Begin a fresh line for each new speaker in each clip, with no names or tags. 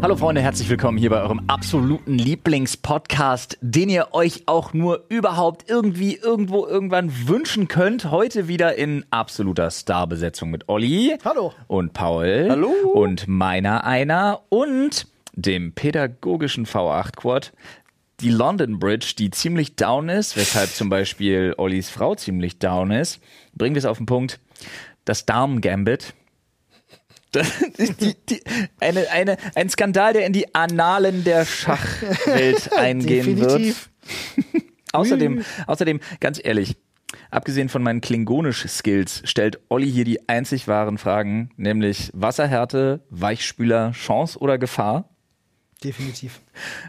Hallo Freunde, herzlich willkommen hier bei eurem absoluten Lieblingspodcast, den ihr euch auch nur überhaupt irgendwie irgendwo irgendwann wünschen könnt. Heute wieder in absoluter Starbesetzung mit Olli.
Hallo.
Und Paul.
Hallo.
Und meiner einer und dem pädagogischen V8 Quad. Die London Bridge, die ziemlich down ist, weshalb zum Beispiel Ollis Frau ziemlich down ist, bringen wir es auf den Punkt. Das Darm-Gambit. Das, die, die, eine, eine, ein Skandal, der in die Annalen der Schachwelt eingehen
Definitiv.
wird. Außerdem, außerdem, ganz ehrlich, abgesehen von meinen klingonisch-Skills stellt Olli hier die einzig wahren Fragen, nämlich Wasserhärte, Weichspüler, Chance oder Gefahr.
Definitiv.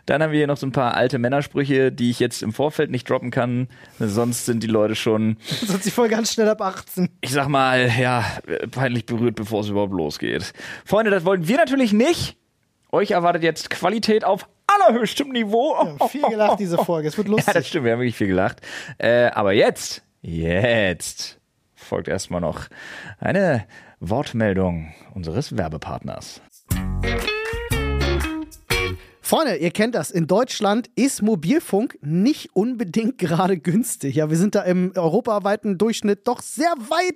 Dann haben wir hier noch so ein paar alte Männersprüche, die ich jetzt im Vorfeld nicht droppen kann. Sonst sind die Leute schon,
Sonst die Folge ganz schnell ab 18.
ich sag mal, ja, peinlich berührt, bevor es überhaupt losgeht. Freunde, das wollten wir natürlich nicht. Euch erwartet jetzt Qualität auf allerhöchstem Niveau.
Viel gelacht diese Folge. Es wird lustig.
Ja, das stimmt, wir haben wirklich viel gelacht. Äh, aber jetzt, jetzt folgt erstmal noch eine Wortmeldung unseres Werbepartners.
Freunde, ihr kennt das. In Deutschland ist Mobilfunk nicht unbedingt gerade günstig. Ja, wir sind da im europaweiten Durchschnitt doch sehr weit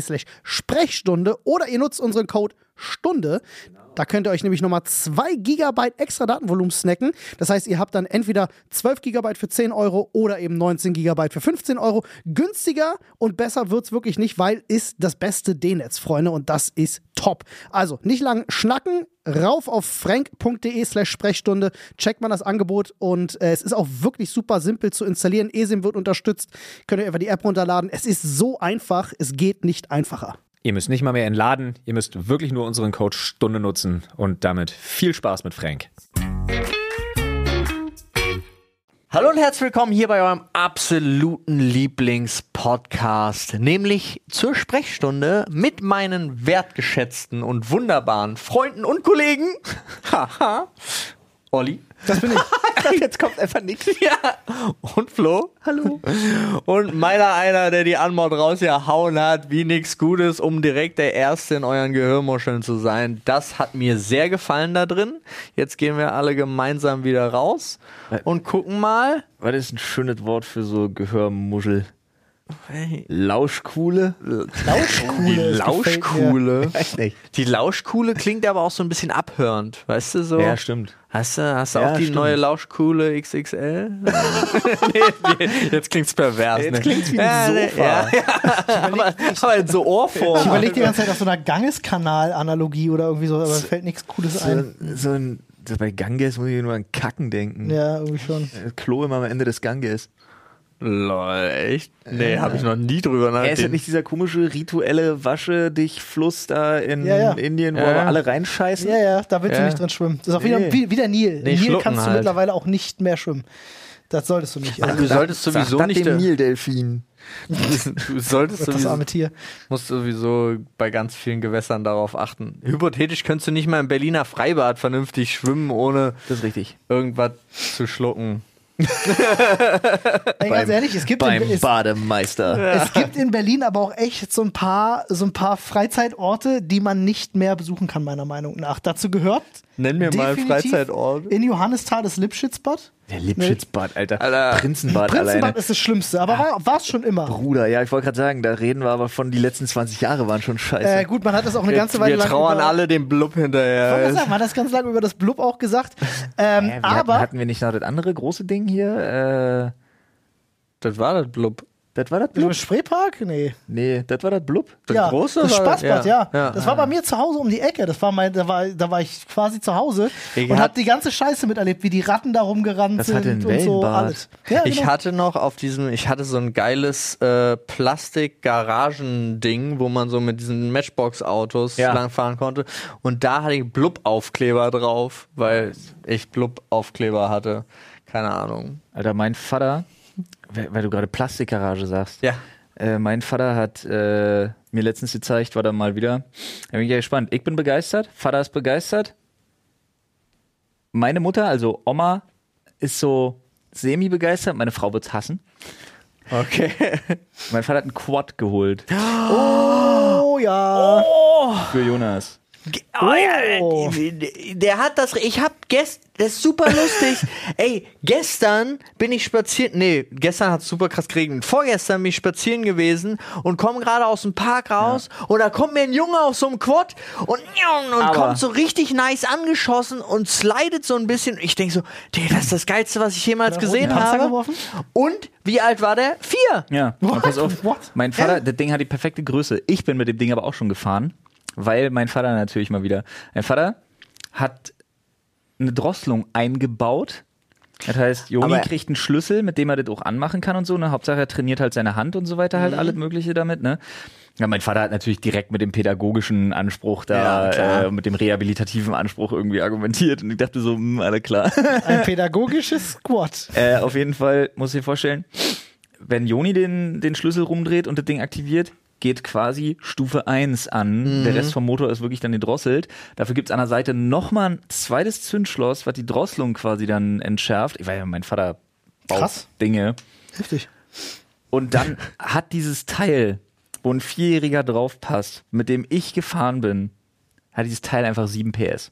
slash Sprechstunde oder ihr nutzt unseren Code Stunde. Da könnt ihr euch nämlich nochmal 2 GB extra Datenvolumen snacken. Das heißt, ihr habt dann entweder 12 GB für 10 Euro oder eben 19 GB für 15 Euro. Günstiger und besser wird's wirklich nicht, weil ist das beste D-Netz, Freunde, und das ist top. Also nicht lang schnacken, rauf auf frank.de slash Sprechstunde, checkt man das Angebot und äh, es ist auch wirklich super simpel zu installieren. ESIM wird unterstützt, könnt ihr einfach die App runterladen. Es ist so einfach, es geht nicht einfacher.
ihr müsst nicht mal mehr entladen, ihr müsst wirklich nur unseren Code Stunde nutzen. Und damit viel Spaß mit Frank.
Hallo und herzlich willkommen hier bei eurem absoluten Lieblingspodcast, nämlich zur Sprechstunde mit meinen wertgeschätzten und wunderbaren Freunden und Kollegen. Haha. Olli.
Das bin ich.
Ich dachte, jetzt kommt einfach nichts. Ja. Und Flo. Hallo. Und meiner einer, der die Anmod rausgehauen hat, wie nichts Gutes, um direkt der Erste in euren Gehirnmuscheln zu sein. Das hat mir sehr gefallen da drin. Jetzt gehen wir alle gemeinsam wieder raus und gucken mal.
Was ist ein schönes Wort für so Gehörmuschel?
Hey.
Lauschkuhle?
Lauschkuhle.
Die
es gefällt mir.
Lauschkuhle. Die Lauschkuhle klingt aber auch so ein bisschen abhörend, weißt du so?
Ja, stimmt.
Hast du, hast du
Ja,
auch die
stimmt.
neue Lauschkuhle XXL? nee, nee, jetzt klingt's pervers. Jetzt ne?
klingt's wie ein Sofa.
Ja, ja. aber, aber in so
Ich
Ohrform.
überlege die ganze Zeit auf so einer Gangeskanal-Analogie oder irgendwie so, aber es fällt nichts Cooles ein.
so ein, so bei Ganges muss ich nur an Kacken denken.
Ja, irgendwie schon.
Klo immer am Ende des Ganges.
Lol, echt? Nee, hab ich noch nie drüber
Er ist ja
nachgedacht.
nicht dieser komische rituelle Wasche dich Fluss da in
Ja, ja.
Indien, wo
Ja, ja.
aber alle reinscheißen.
Ja, ja, da willst
Ja.
du nicht drin schwimmen. Das ist auch wieder, wie, wieder Nil.
Nee,
Nil
schlucken
kannst du
halt.
mittlerweile auch nicht mehr schwimmen. Das solltest du nicht. Also,
du solltest sowieso nicht. der-
Nildelfin.
Du solltest
das
sowieso,
arme Tier.
musst sowieso bei ganz vielen Gewässern darauf achten. Hypothetisch könntest du nicht mal im Berliner Freibad vernünftig schwimmen, ohne
Das ist richtig.
irgendwas zu schlucken.
Ey, ganz ehrlich, es gibt, in,
Beim
es,
Bademeister.
es gibt in Berlin aber auch echt so ein paar, so ein paar Freizeitorte, die man nicht mehr besuchen kann, meiner Meinung nach. Dazu gehört.
Nenn mir mal
definitiv
Freizeitort.
In Johannisthal das Lipschitzbad.
Der Lipschitzbad, Alter.
Also,
Alter.
Prinzenbad,
Prinzenbad
alleine.
ist das Schlimmste, aber war es schon immer.
Bruder, ja, ich wollte gerade sagen, da reden wir aber von die letzten 20 Jahre waren schon scheiße.
Äh, gut, man hat das auch eine ganze Weile
Wir
lang.
trauern
über-
alle dem Blub
Ich wollte gerade
hinterher.
sagen, Man hat das ganz lange über das Blub auch gesagt. Ähm,
Hä, Äh, wir hatten,
aber
Äh, hatten wir nicht noch das andere große Ding hier?
Das war das Blub.
Äh,
Das war das
Im
Blub?
Spreepark? Nee.
Nee, das war das Blub. Das
ja,
große?
das
war
Spaßbad, ja. Das war bei mir zu Hause um die Ecke. Das war mein, da war, da war ich quasi zu Hause
Ich
und
hat-
hab die ganze Scheiße miterlebt, wie die Ratten da rumgerannt
Das
sind
hatte ein
und so
Wellenbad.
alles. Ja,
Ich
genau.
hatte noch auf diesem, ich hatte so ein geiles äh, Plastik-Garagen-Ding, wo man so mit diesen Matchbox-Autos
Ja.
langfahren konnte. Und da hatte ich Blub-Aufkleber drauf, weil ich Blub-Aufkleber hatte. Keine Ahnung.
Alter, mein Vater, weil weil du gerade Plastikgarage sagst.
Ja.
Äh, mein Vater hat äh, mir letztens gezeigt, war da mal wieder. Da bin ich ja gespannt. Ich bin begeistert, Vater ist begeistert. Meine Mutter, also Oma, ist so semi-begeistert. Meine Frau wird's hassen.
Okay.
Mein Vater hat einen Quad geholt
Oh ja.
für Jonas.
Oh, ja, der hat das. Ich hab gest. Das ist super lustig. Ey, gestern bin ich spazieren. Nee, gestern hat es super krass geregnet. Vorgestern bin ich spazieren gewesen und komme gerade aus dem Park raus und da kommt mir ein Junge auf so einem Quad und, und kommt so richtig nice angeschossen und slidet so ein bisschen. Ich denk so, Digga, das ist das Geilste, was ich jemals gesehen
roten Panzer
habe.
geworfen?
Und wie alt war der? Vier.
Ja,
What?
aber pass auf.
What?
Mein Vater, das Ding hat die perfekte Größe. Ich bin mit dem Ding aber auch schon gefahren, weil mein Vater natürlich mal wieder. Mein Vater hat eine Drosselung eingebaut. Das heißt, Joni
Aber-
kriegt einen Schlüssel, mit dem er das auch anmachen kann und so. Ne? Hauptsache, er trainiert halt seine Hand und so weiter,
Mhm.
halt alles Mögliche damit. Ne? Ja, mein Vater hat natürlich direkt mit dem pädagogischen Anspruch
Ja,
da,
klar.
äh, mit dem rehabilitativen Anspruch irgendwie argumentiert. Und ich dachte so, hm, alle klar.
Ein pädagogisches Squad.
Äh, auf jeden Fall muss ich dir vorstellen, wenn Joni den, den Schlüssel rumdreht und das Ding aktiviert, geht quasi Stufe 1 an.
Mhm.
Der Rest vom Motor ist wirklich dann gedrosselt. Dafür gibt's an der Seite nochmal ein zweites Zündschloss, was die Drosselung quasi dann entschärft. Ich weiß ja, mein Vater baut
Krass.
Dinge.
Heftig.
Und dann hat dieses Teil, wo ein Vierjähriger draufpasst, mit dem ich gefahren bin, hat dieses Teil einfach 7 PS.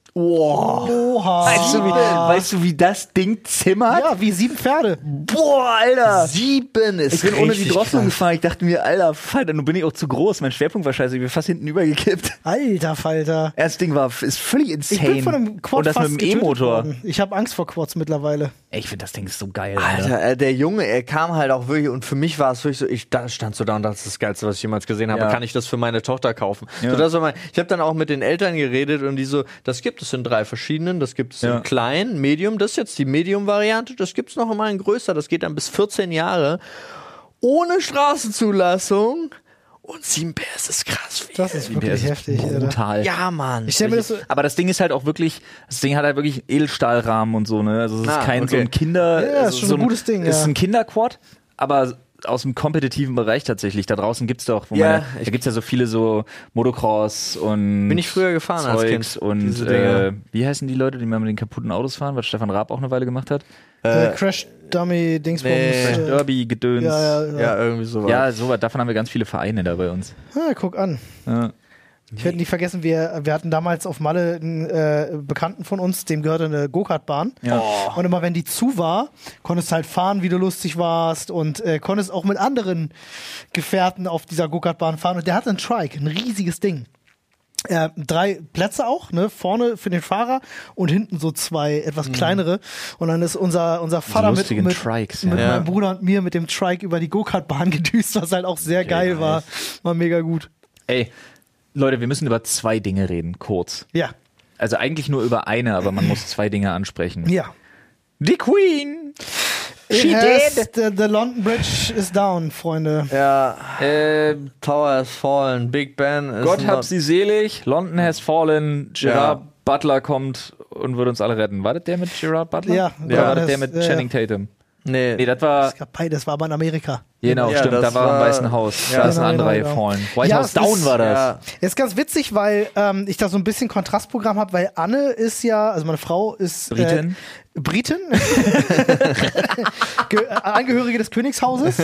Oha.
Weißt, du, wie, weißt du, wie das Ding zimmert?
Ja, wie sieben Pferde.
Boah, Alter!
Sieben ist
Ich bin ohne die
richtig
Drosselung
krass.
gefahren. Ich dachte mir, Alter, Falter, nun bin ich auch zu groß. Mein Schwerpunkt war scheiße. Ich bin fast hinten übergekippt.
Alter Falter.
Das Ding war, ist völlig
Ich
insane.
bin von einem Quad
Und das
fast
mit dem
getötet
E-Motor.
worden. Ich habe Angst vor Quads mittlerweile.
Ey, ich finde das Ding ist so geil, Alter.
Alter, äh, der Junge, er kam halt auch wirklich und für mich war es wirklich so, ich da stand so da und das ist das Geilste, was ich jemals gesehen habe.
Ja.
Kann ich das für meine Tochter kaufen?
Ja.
So, das war mein, ich habe dann auch mit den Eltern geredet und die so, das gibt es in drei verschiedenen, das gibt es
Ja.
in klein, Medium, das ist jetzt die Medium-Variante, das gibt es noch immer in größer, das geht dann bis 14 Jahre. Ohne Straßenzulassung und 7 PS ist krass viel.
Das ist
Der
wirklich
ist
heftig. Alter.
brutal.
ja, Mann.
Ich stell mir das so.
Aber das Ding ist halt auch wirklich, das Ding hat halt wirklich Edelstahlrahmen und so, ne? Also es ist
Ah,
kein so
okay.
ein Kinder.
Ja, ist
also
schon
so
ein gutes Ding,
Ist
ja.
ein Kinderquad, aber aus dem kompetitiven Bereich tatsächlich. Da draußen gibt's doch, wo
Ja,
meine, da
ich-
gibt's ja so viele so Motocross und
Bin ich früher gefahren als Kind,
Zeugs und
diese
äh,
Dinger.
wie heißen die Leute, die mal mit den kaputten Autos fahren, was Stefan Raab auch eine Weile gemacht hat?
Äh, Crash Dummy Dingsbums.
nee.
äh,
Derby, Gedöns.
Ja, ja, ja.
ja, irgendwie sowas.
Ja, sowas, davon haben wir ganz viele Vereine da bei uns.
Ah, guck an.
Ja.
Ich hätte nie vergessen, wir, wir hatten damals auf Malle einen äh, Bekannten von uns, dem gehörte eine Go-Kart-Bahn.
Ja.
Und immer wenn die zu war, konntest du halt fahren, wie du lustig warst und äh, konntest auch mit anderen Gefährten auf dieser Go-Kart-Bahn fahren. Und der hatte einen Trike, ein riesiges Ding. Äh, drei Plätze auch, ne? Vorne für den Fahrer und hinten so zwei etwas kleinere. Und dann ist unser, unser Vater mit,
Mhm. lustigen
mit,
Trikes, ja.
mit
Ja.
meinem Bruder und mir mit dem Trike über die Go-Kart-Bahn gedüst, was halt auch sehr geil war. War mega gut.
Ey, Leute, wir müssen über zwei Dinge reden, kurz.
Ja.
Also eigentlich nur über eine, aber man muss zwei Dinge ansprechen.
Ja.
Die Queen!
She
She
has,
did.
The, the London Bridge is down, Freunde.
Ja, äh, Tower has fallen, Big Ben ist
Ähm. Gott
not-
hab sie selig, London has fallen, Gerard Butler kommt und wird uns alle retten. War das der mit Gerard Butler?
Ja,
Oder
ja,
war das
das-
der mit
ja, ja.
Channing Tatum?
Nee,
Nee, das war,
Es gab beides, das war aber in Amerika.
genau,
Ja,
stimmt,
das
da war, im
war-
Weißen Haus,
Ja.
da ist ein
Genau,
anderer
genau, genau.
gefallen. White
Ja,
House
es
Down
ist-
war das.
Ja.
Ist ganz witzig, weil ähm, ich da so ein bisschen Kontrastprogramm habe, weil Anne ist ja, also meine Frau ist
Britin.
Äh, Britin. Ge äh, Angehörige des Königshauses.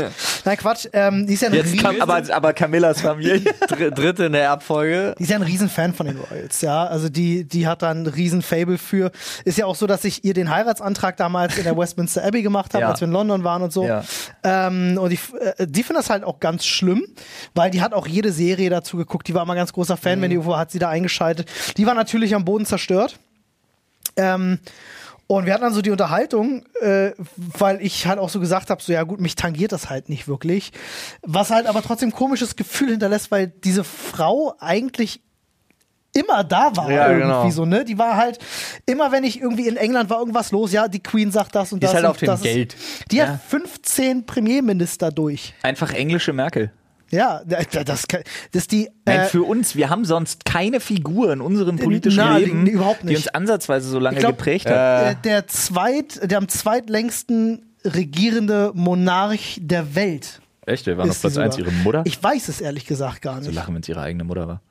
Nein, Quatsch. Ähm, die ist ja ein
Jetzt
Rie-
kam aber, aber Camillas Familie.
Dr- dritte in der Abfolge.
Die ist ja ein Riesenfan von den Royals, ja. Also die, die hat da ein Riesenfable für. Ist ja auch so, dass ich ihr den Heiratsantrag damals in der Westminster Abbey gemacht habe,
Ja.
als wir in London waren und so.
Ja.
Ähm, und ich, äh, die findet das halt auch ganz schlimm, weil die hat auch jede Serie dazu geguckt. Die war immer ein ganz großer
Mhm.
Fan, wenn die UFO hat sie da eingeschaltet. Die war natürlich am Boden zerstört. Ähm, Und wir hatten dann so die Unterhaltung, äh, weil ich halt auch so gesagt habe, so ja gut, mich tangiert das halt nicht wirklich. Was halt aber trotzdem ein komisches Gefühl hinterlässt, weil diese Frau eigentlich immer da war
Ja,
irgendwie
genau.
so, ne? Die war halt immer, wenn ich irgendwie in England war irgendwas los, ja, die Queen sagt das und
Die ist
das
halt
und
auf dem
das
Geld.
Ist, die hat 15 Premierminister durch.
Einfach englische Merkel.
Ja, da- da- das kann- das ist die
Nein,
äh,
für uns, wir haben sonst keine Figur in unserem politischen
na,
Leben,
die- die überhaupt
die
nicht.
uns ansatzweise so lange
Ich glaub,
geprägt hat.
äh, der zweit, der am zweitlängsten regierende Monarch der Welt.
Echt, wir waren auf
ist
Platz
sie
1
sogar.
ihre Mutter.
Ich weiß es ehrlich gesagt gar
so
nicht.
lachen, wenn es ihre eigene Mutter war.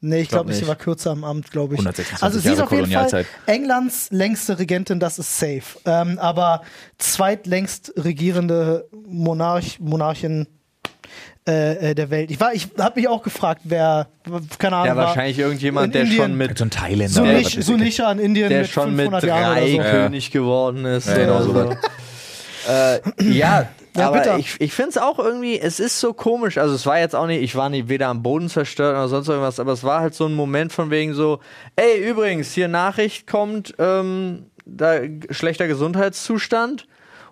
Nee, ich
glaub
glaube nicht, sie
nicht.
war kürzer am Amt, glaube ich.
126
Also sie ist
Jahre
auf jeden Fall
Kolonialzeit.
Englands längste Regentin, das ist safe. Ähm, aber zweitlängst regierende Monarch, Monarchin äh, äh, der Welt. Ich, war- ich habe mich auch gefragt, wer, keine Ahnung,
Ja,
war
wahrscheinlich irgendjemand,
in
der schon
Indien.
mit
So ein Thailänder.
Äh, so
oder
nicht,
was weiß
so
ich.
nicht an Indien
der
mit
schon mit
500 Jahren
drei
oder so.
König geworden ist.
Ja, genau so
oder so. äh, ja,
Ja,
aber
bitter.
ich, ich finde es auch irgendwie, es ist so komisch. Also es war jetzt auch nicht, ich war nicht weder am Boden zerstört oder sonst irgendwas, aber es war halt so ein Moment von wegen so, ey, übrigens, hier Nachricht kommt, ähm, da, g- schlechter Gesundheitszustand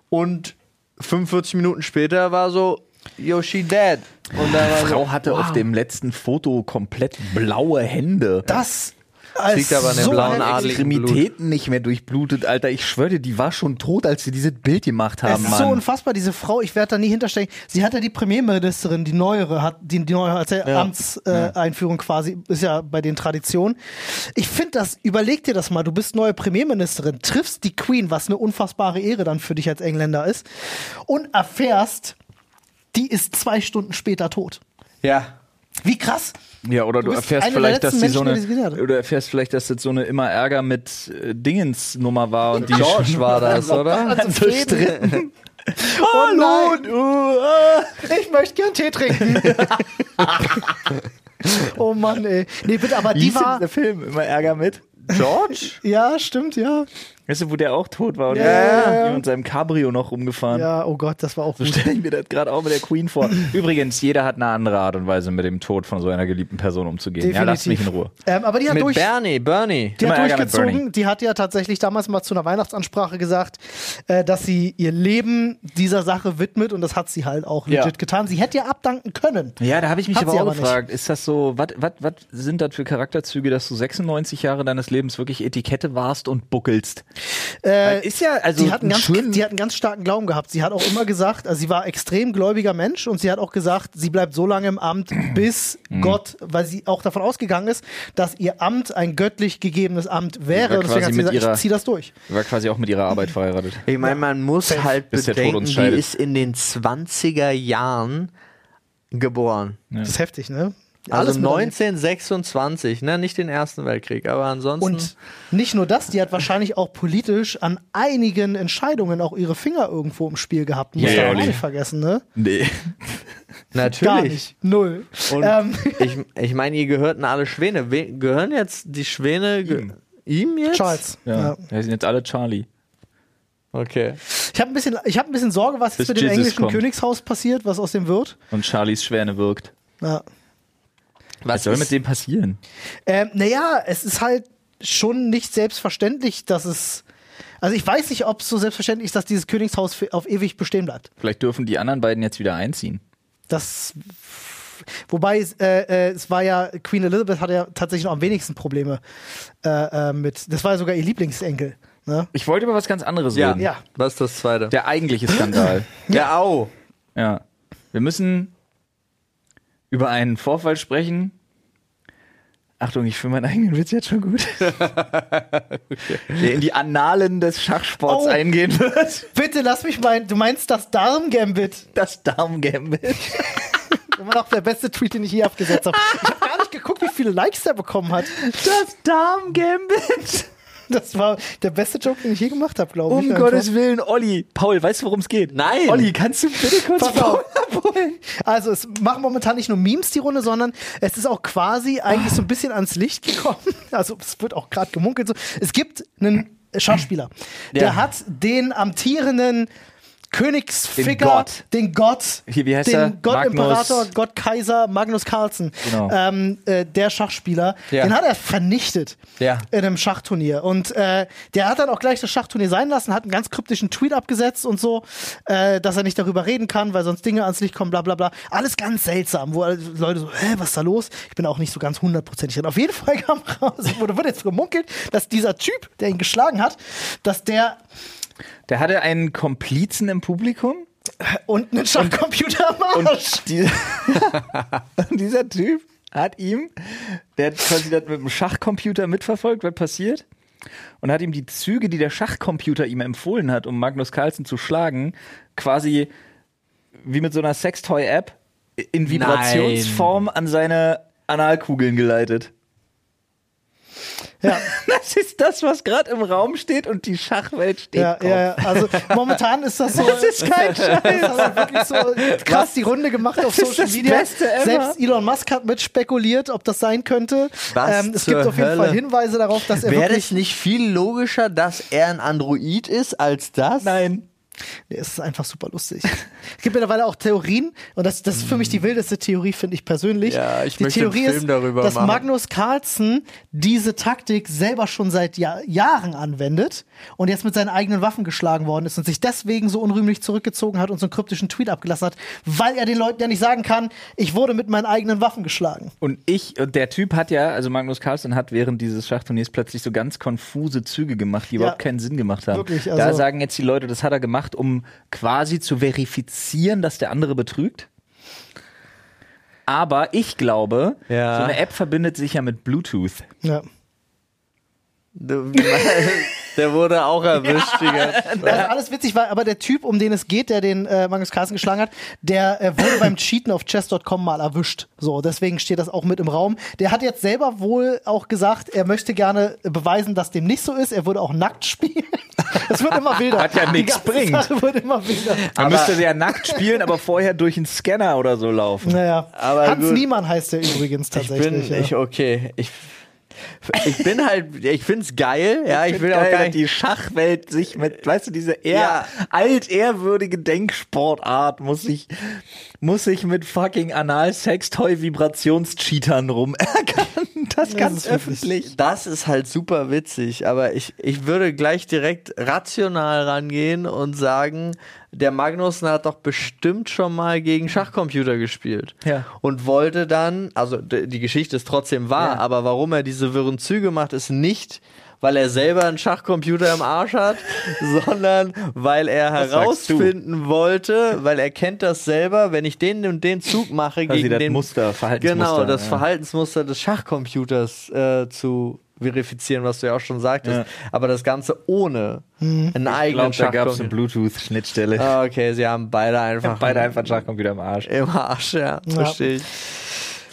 und 45 Minuten später war so, Yoshi dead. Und da war
Also,
Die
so,
Frau hatte auf dem letzten Foto komplett blaue Hände.
Das
liegt aber an dem
so
blauen
heftig.
Adel. Adligen
Extremitäten nicht mehr durchblutet, Alter. Ich schwöre dir, die war schon tot, als sie dieses Bild gemacht
Es
haben,
ist
Mann.
so unfassbar, diese Frau, ich werde da nie hinterstecken. Sie hat ja die Premierministerin, die neuere, hat die, die neuere als ja. Amtseinführung quasi, ist ja bei den Traditionen. Ich finde das, überleg dir das mal, du bist neue Premierministerin, triffst die Queen, was eine unfassbare Ehre dann für dich als Engländer ist, und erfährst, die ist zwei Stunden später tot.
ja.
Wie krass.
Ja, oder du,
Du bist
erfährst
einer der
vielleicht, dass
letzten
sie so
Menschen,
eine,
die das gesehen hat.
oder erfährst vielleicht, dass das so eine immer Ärger mit äh, Dingens Nummer war und die
George war das, oder?
Also Frieden.
Hallo,
Oh nein. Ich möchte gern Tee trinken. oh Mann, ey. Nee, bitte, aber die war.
der Film immer Ärger mit.
George?
Ja, stimmt, ja.
Weißt du, wo der auch tot war und
ja, ja.
die mit seinem Cabrio noch rumgefahren.
Ja, oh Gott, das war auch gut.
Stelle ich mir das gerade auch mit der Queen vor. Übrigens, jeder hat eine andere Art und Weise, mit dem Tod von so einer geliebten Person umzugehen. Ja, lass mich in Ruhe.
Ähm, aber die hat,
Mit
durch,
Bernie, Bernie.
die hat
Immer Ärger mit Bernie.
durchgezogen. Die hat ja tatsächlich damals mal zu einer Weihnachtsansprache gesagt, äh, dass sie ihr Leben dieser Sache widmet und das hat sie halt auch legit
Ja.
getan. Sie hätte ja abdanken können.
Ja, da habe ich mich
Hat
aber
sie
auch
aber nicht.
gefragt, ist das so, was sind das für Charakterzüge, dass du 96 Jahre deines Lebens wirklich Etikette warst und buckelst?
Äh,
Weil ist ja, also
die, hat
einen
einen ganz,
schönen-
die hat einen ganz starken Glauben gehabt. Sie hat auch immer gesagt, also sie war extrem gläubiger Mensch und sie hat auch gesagt, sie bleibt so lange im Amt, bis
Mhm.
Gott, weil sie auch davon ausgegangen ist, dass ihr Amt ein göttlich gegebenes Amt
Die war
wäre. Und deswegen
quasi
hat sie
mit
gesagt, ich
ihrer-
ziehe das durch.
war quasi auch mit ihrer Arbeit verheiratet.
Ich meine, man muss halt
Bis der Tod
bedenken,
uns
die
scheidet.
ist in den 20er Jahren geboren.
Das ist heftig, ne?
Also
mit an die-
1926, ne? Nicht den Ersten Weltkrieg, aber ansonsten.
Und nicht nur das, die hat wahrscheinlich auch politisch an einigen Entscheidungen auch ihre Finger irgendwo im Spiel gehabt. Muss
Ja,
man
ja,
auch
nee.
nicht vergessen, ne?
Nee.
Gar
natürlich.
nicht. Null.
Und
ähm,
ich, ich meine, ihr gehörten alle Schwäne. We gehören jetzt die Schwäne ge- ihm jetzt?
Charles.
Ja.
Ja.
Wir sind jetzt alle Charlie.
Okay.
Ich habe ein, bisschen- ich hab ein bisschen Sorge, was
Bis
jetzt mit dem
Jesus
englischen
kommt.
Königshaus passiert, was aus dem wird.
Und Charlies Schwäne wirkt.
Ja.
Was soll mit dem passieren?
Ähm, naja, es ist halt schon nicht selbstverständlich, dass es. Also ich weiß nicht, ob es so selbstverständlich ist, dass dieses Königshaus für- auf ewig bestehen bleibt.
Vielleicht dürfen die anderen beiden jetzt wieder einziehen.
Das. Wobei äh, äh, es war ja, Queen Elizabeth hatte ja tatsächlich noch am wenigsten Probleme äh, äh, mit. Das war ja sogar ihr Lieblingsenkel. Ne?
Ich wollte über was ganz anderes
Ja.
reden.
Ja.
Was ist das Zweite?
Der eigentliche Skandal.
Der Au.
ja. Wir müssen über einen Vorfall sprechen. Achtung, ich finde meinen eigenen Witz jetzt schon gut. Der in die Annalen des Schachsports
Oh.
eingehen wird.
Bitte lass mich meinen, du meinst das Darmgambit.
Das Darmgambit.
Immer noch der beste Tweet, den ich je abgesetzt habe. Ich habe gar nicht geguckt, wie viele Likes der bekommen hat.
Das Darmgambit.
Das war der beste Joke, den ich je gemacht habe, glaube ich.
Um Gottes Willen, Olli. Paul, weißt du, worum es geht?
Nein.
Olli, kannst du bitte kurz
Pass
Paul
auf.
abholen?
Also es machen momentan nicht nur Memes die Runde, sondern es ist auch quasi eigentlich so ein bisschen ans Licht gekommen. Also es wird auch gerade gemunkelt. So. Es gibt einen Schauspieler, der hat den amtierenden Königsficker,
Den Gott.
den Gott,
Hier, wie heißt
den
er?
Gott
Magnus-
Imperator, Gott Kaiser, Magnus Carlsen,
Genau.
ähm, äh, der Schachspieler,
Ja.
den hat er vernichtet
Ja.
in einem Schachturnier. Und äh, der hat dann auch gleich das Schachturnier sein lassen, hat einen ganz kryptischen Tweet abgesetzt und so, äh, dass er nicht darüber reden kann, weil sonst Dinge ans Licht kommen, bla bla bla. Alles ganz seltsam, wo alle Leute so, hä, was ist da los? Ich bin auch nicht so ganz hundertprozentig drin. Auf jeden Fall kam raus, wurde, wurde jetzt gemunkelt, dass dieser Typ, der ihn geschlagen hat, dass der
Der hatte einen Komplizen im Publikum.
und einen Schachcomputer am Arsch.
Die, dieser Typ hat ihm, der hat quasi das mit dem Schachcomputer mitverfolgt, was passiert, und hat ihm die Züge, die der Schachcomputer ihm empfohlen hat, um Magnus Carlsen zu schlagen, quasi wie mit so einer Sextoy-App in Vibrationsform an seine Analkugeln geleitet.
Ja.
Das ist das, was gerade im Raum steht und die Schachwelt steht.
Ja, ja, ja, also momentan ist das so. Das ist kein Scheiß. Also wirklich so krass die Runde gemacht auf Social
das
Media.
Beste ever.
Selbst Elon Musk hat mit spekuliert, ob das sein könnte. Ähm,
Was
es
zur
gibt auf jeden
Hölle?
Fall Hinweise darauf, dass er
Wäre
wirklich.
es nicht viel logischer, dass er ein Android ist, als das?
Nein.
Nee, es ist einfach super lustig. es gibt mittlerweile auch Theorien, und das, das ist für mich die wildeste Theorie, finde ich persönlich.
Mm. Ja, ich
die
möchte einen
Theorie
Film
ist,
darüber
dass
machen.
Magnus Carlsen diese Taktik selber schon seit Jahr- Jahren anwendet und jetzt mit seinen eigenen Waffen geschlagen worden ist und sich deswegen so unrühmlich zurückgezogen hat und so einen kryptischen Tweet abgelassen hat, weil er den Leuten ja nicht sagen kann, ich wurde mit meinen eigenen Waffen geschlagen.
Und ich, und der Typ hat ja, also Magnus Carlsen hat während dieses Schachturniers plötzlich so ganz konfuse Züge gemacht, die
Ja.
überhaupt keinen Sinn gemacht haben.
Wirklich,
da
also-
sagen jetzt die Leute, das hat er gemacht, um quasi zu verifizieren, dass der andere betrügt. Aber ich glaube,
Ja.
so eine App verbindet sich ja mit Bluetooth.
Ja.
Der wurde auch erwischt. Digga.
Also alles witzig war, aber der Typ, um den es geht, der den äh, Magnus Carlsen geschlagen hat, der äh, wurde beim Cheaten auf chess.com mal erwischt. So, deswegen steht das auch mit im Raum. Der hat jetzt selber wohl auch gesagt, er möchte gerne beweisen, dass dem nicht so ist. Er würde auch nackt spielen. Das wird immer wilder.
Hat ja
Die
nichts
ganze
bringt.
Sache wird immer wilder.
Man müsste ja nackt spielen, aber vorher durch einen Scanner oder so laufen.
Naja.
Aber
Hans
gut.
Niemann heißt der übrigens
Ich
tatsächlich.
bin,
ja.
ich, okay, ich, ich bin halt, ich find's geil, ja, ich, will auch
Geil,
gar
dass
nicht,
die Schachwelt sich mit, weißt du, diese eher
Ja.
altehrwürdige Denksportart muss sich, muss sich mit fucking Anal-Sextoy-Vibrations-Cheatern rumärgern. Das ganz
ist wirklich-
öffentlich.
das ist halt super witzig, aber ich, ich würde gleich direkt rational rangehen und sagen, der Magnussen hat doch bestimmt schon mal gegen Schachcomputer gespielt.
Ja.
Und wollte dann, also d- die Geschichte ist trotzdem wahr,
Ja.
aber warum er diese wirren Züge macht, ist nicht, weil er selber einen Schachcomputer im Arsch hat, sondern weil er
sagst du?
herausfinden wollte, weil er kennt das selber, wenn ich den und den Zug mache
Quasi
gegen
das
den
Muster, Verhaltensmuster,
Genau, das
ja.
Verhaltensmuster des Schachcomputers äh, zu verifizieren, was du ja auch schon sagtest,
Ja.
aber das Ganze ohne
Mhm.
einen
Ich
eigenen
glaube, da gab es eine
Schachcomputer.
Bluetooth-Schnittstelle.
Ah, okay, sie haben beide einfach
Beide einfach Schachcomputer im Arsch.
im Arsch, ja, verstehe ich.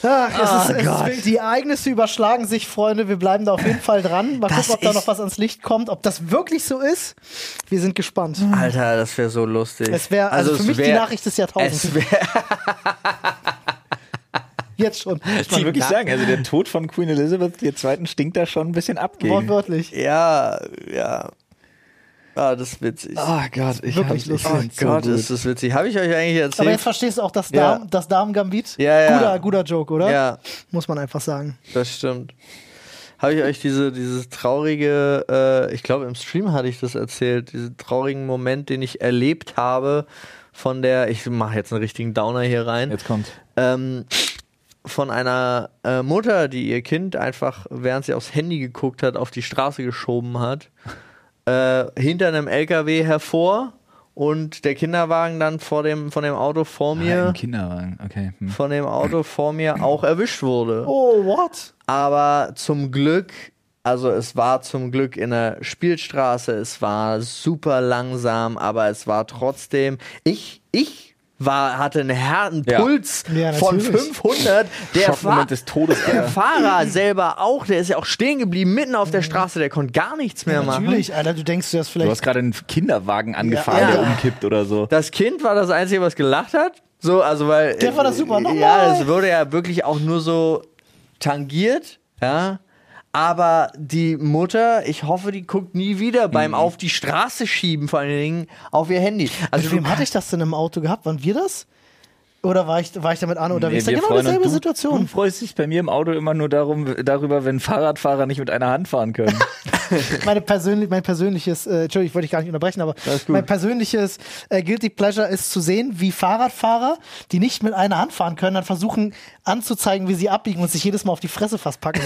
Ach, es
Oh
ist, es
Gott.
ist wild. Die Ereignisse überschlagen sich, Freunde. Wir bleiben da auf jeden Fall dran. Mal
Das
gucken, ob da
ist-
noch was ans Licht kommt. Ob das wirklich so ist, wir sind gespannt.
Alter, das wäre so lustig.
Es wäre also, für
es
mich die
wär-
Nachricht des Jahrtausends.
Es wäre
Jetzt schon.
Muss man wirklich sagen, also der Tod von Queen Elizabeth II. stinkt da schon ein bisschen ab gegen.
Wortwörtlich.
Ja, ja. Ah, das ist witzig.
Oh Gott, ich
Wirklich
hab's- ich
lustig.
oh
find's so
Gott,
gut.
ist das witzig. Habe ich euch eigentlich
Aber
erzählt?
jetzt verstehst du auch das
Ja.
Darm, das Darmgambit.
Ja, ja.
Guter, guter Joke, oder?
ja,
Muss man einfach sagen.
das stimmt. Habe ich euch diese, dieses traurige, äh, ich glaube im Stream hatte ich das erzählt, diesen traurigen Moment, den ich erlebt habe von der, ich mache jetzt einen richtigen Downer hier rein.
Jetzt kommt.
ähm, von einer äh, Mutter, die ihr Kind einfach, während sie aufs Handy geguckt hat, auf die Straße geschoben hat, äh, hinter einem LKW hervor und der Kinderwagen dann vor dem, von dem Auto vor
Ah,
mir,
Im Kinderwagen, okay. Hm.
von dem Auto vor mir auch erwischt wurde.
Oh, what?
Aber zum Glück, also es war zum Glück in der Spielstraße, es war super langsam, aber es war trotzdem, ich, ich war, hatte einen harten
Ja.
Puls
Ja,
von
natürlich.
500. Der, Fahr
Schockmoment des Todes,
der
Alter.
Fahrer selber auch, der ist ja auch stehen geblieben, mitten auf der Straße, der konnte gar nichts mehr machen.
Mhm. Natürlich, Alter, du denkst, du hast
Du
vielleicht.
hast gerade einen Kinderwagen angefahren,
Ja.
der umkippt oder so.
Das Kind war das Einzige, was gelacht hat. So, also weil.
Der fand das super, nochmal.
Ja, es wurde ja wirklich auch nur so tangiert, ja. Aber die Mutter, ich hoffe, die guckt nie wieder beim
Mhm.
Auf die Straße schieben, vor allen Dingen auf ihr Handy. Also
Mit wem
du
hatte ich das denn im Auto gehabt? Waren wir das? Oder war ich, war ich da mit Anne unterwegs?
Nee, wir
Nee, genau
freuen uns.
dieselbe
du, Du
Situation.
freust dich bei mir im Auto immer nur darum, darüber, wenn Fahrradfahrer nicht mit einer Hand fahren können.
Meine persönlich, mein persönliches, äh, Entschuldigung, ich wollte dich gar nicht unterbrechen, aber mein persönliches äh, Guilty Pleasure ist zu sehen, wie Fahrradfahrer, die nicht mit einer Hand fahren können, dann versuchen anzuzeigen, wie sie abbiegen und sich jedes Mal auf die Fresse fast packen.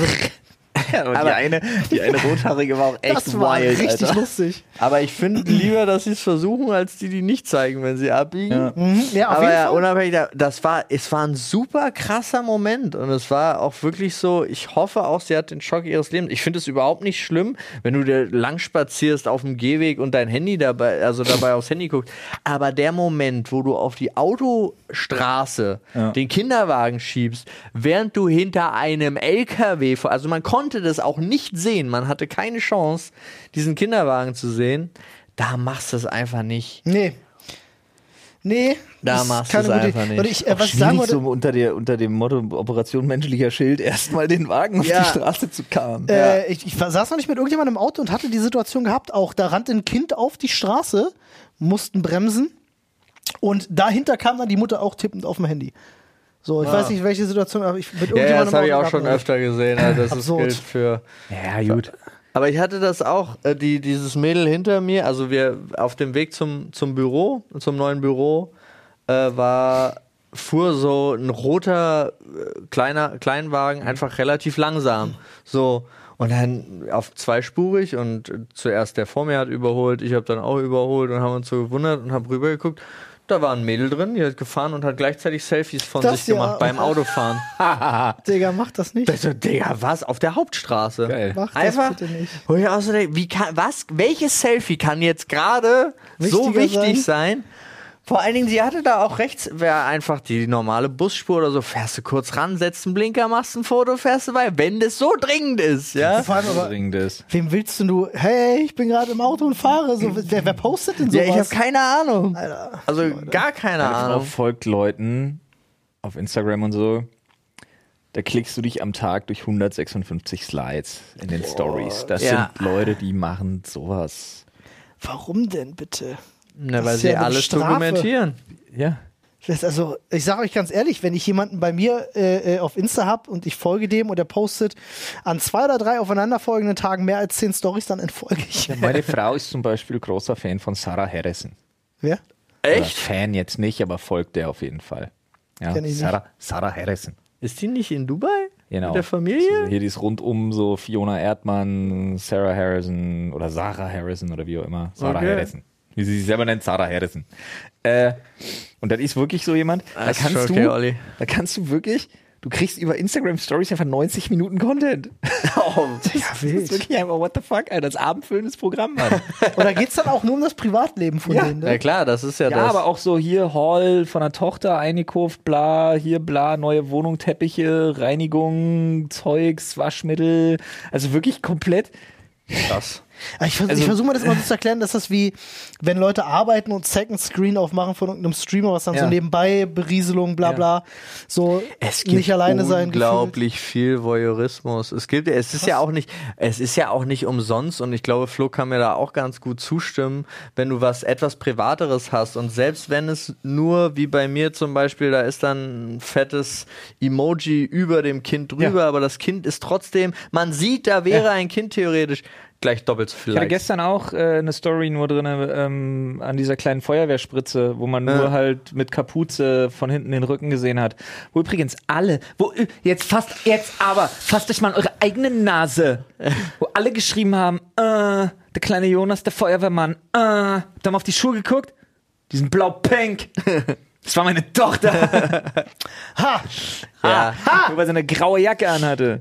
So,
Ja, und die eine, die eine rothaarige war auch echt
das war
wild,
richtig
Alter.
lustig.
Aber ich finde lieber, dass sie es versuchen, als die, die nicht zeigen, wenn sie abbiegen.
Mhm, ja, auf
Aber
jeden
ja,
Fall.
unabhängig, da- das war, es war ein super krasser Moment und es war auch wirklich so, ich hoffe auch, sie hat den Schock ihres Lebens. Ich finde es überhaupt nicht schlimm, wenn du dir lang spazierst auf dem Gehweg und dein Handy dabei, also dabei aufs Handy guckst. Aber der Moment, wo du auf die Autostraße den Kinderwagen schiebst, während du hinter einem LKW, vor- also man konnte das auch nicht sehen, man hatte keine Chance, diesen Kinderwagen zu sehen, da machst du es einfach nicht.
Nee. Nee,
Da
das ist
machst
keine
du's
gute
einfach
Idee.
nicht.
Und ich, äh, was ich
Schwierig,
sagen wollte,
so unter, der, unter dem Motto Operation menschlicher Schild erstmal den Wagen auf
Ja.
die Straße zu kamen.
Äh, ich, ich war- saß noch nicht mit irgendjemandem im Auto und hatte die Situation gehabt, auch da rannte ein Kind auf die Straße, mussten bremsen und dahinter kam dann die Mutter auch tippend auf dem Handy. So, ich weiß nicht, welche Situation, aber ich mit
Ah. Ja, ja, das
irgendjemandem
habe ich
im Auto
auch schon
gehabt.
öfter gesehen. Also das ist
Absurd.
gilt für.
Ja, gut.
Aber ich hatte das auch, äh, die, dieses Mädel hinter mir, also wir auf dem Weg zum, zum Büro, zum neuen Büro, äh, war, fuhr so ein roter äh, kleiner Kleinwagen einfach relativ langsam. So. Und dann auf zweispurig und äh, zuerst der vor mir hat überholt, ich habe dann auch überholt und haben uns so gewundert und habe rübergeguckt. Da war ein Mädel drin, die hat gefahren und hat gleichzeitig Selfies von
Das
sich
ja.
gemacht beim Autofahren.
Digga, mach das nicht.
Also, Digga, was? Auf der Hauptstraße.
Geil.
Mach das
Einfach,
bitte nicht.
Wo ich auch so denke, wie kann, was, welches Selfie kann jetzt gerade so
Wichtiger
wichtig sein? Vor allen Dingen, sie hatte da auch rechts, wäre einfach die normale Busspur oder so, fährst du kurz ran, setzt einen Blinker, machst ein Foto, fährst du bei, wenn das so dringend ist, ja?
Vor allem aber,
Dringend ist.
wem willst denn du, hey, ich bin gerade im Auto und fahre, so, wer, wer postet denn
Ja,
sowas?
ich habe keine Ahnung.
Alter.
Also gar keine
Frau
Ah.
Ahnung.
Genau, folgt Leuten auf Instagram und so. Da klickst du dich am Tag durch 156 Slides in den Stories. Das
Ja.
sind Leute, die machen sowas.
Warum denn bitte?
Na,
Das
Ne, weil
ist
sie
ja eine
alles
Strafe.
dokumentieren.
Ja.
Das, also, ich sage euch ganz ehrlich, wenn ich jemanden bei mir äh, äh, auf Insta hab und ich folge dem und er postet an zwei oder drei aufeinanderfolgenden Tagen mehr als zehn Stories, dann entfolge ich.
Meine Frau ist zum Beispiel großer Fan von Sarah Harrison.
Wer?
Echt?
Oder Fan jetzt nicht, aber folgt der auf jeden Fall. Ja,
Kenn ich nicht.
Sarah, Sarah Harrison.
Ist die nicht in Dubai?
Genau.
Mit der Familie?
Hier, die ist rundum so Fiona Erdmann, Sarah Harrison oder Sarah Harrison oder wie auch immer. Sarah
Okay.
Harrison. Wie sie sich selber nennt, Sarah Harrison. Äh, und das ist wirklich so jemand, da
Das ist
kannst,
okay,
du,
Olli.
da kannst du wirklich, du kriegst über Instagram Stories einfach 90 Minuten Content.
Oh,
das ist wirklich einfach, what the fuck, Alter, das abendfüllendes Programm, Mann.
Oder geht's dann auch nur um das Privatleben von denen?
Ja
Ne?
klar, das ist ja,
Ja,
das.
aber auch so hier Hall von der Tochter eingekauft, bla, hier bla, neue Wohnung, Teppiche, Reinigung, Zeugs, Waschmittel. Also wirklich komplett.
krass.
Aber Ich,
Also
vers- ich versuche mir das mal so zu erklären, dass das wie, wenn Leute arbeiten und Second Screen aufmachen von irgendeinem Streamer, was dann
Ja.
so nebenbei, Berieselung, bla bla, so nicht alleine sein. gefühlt.
Unglaublich viel Voyeurismus. Es gibt, es ist ja auch nicht, es ist ja auch nicht umsonst und ich glaube, Flo kann mir da auch ganz gut zustimmen, wenn du was etwas Privateres hast und selbst wenn es nur wie bei mir zum Beispiel, da ist dann ein fettes Emoji über dem Kind drüber, aber das Kind ist trotzdem, man sieht, da wäre
Ja.
ein Kind theoretisch gleich doppelt so viel.
Ich hatte
Likes.
gestern auch äh, eine Story nur drin ähm, an dieser kleinen Feuerwehrspritze, wo man nur halt mit Kapuze von hinten den Rücken gesehen hat. Wo übrigens alle, wo ü- jetzt fast, jetzt aber, fasst euch mal an eure eigene Nase, wo alle geschrieben haben, äh, der kleine Jonas, der Feuerwehrmann, äh, da haben auf die Schuhe geguckt, die sind blau-pink. Das war meine Tochter,
Ha!
Ja.
nur weil sie eine graue Jacke anhatte.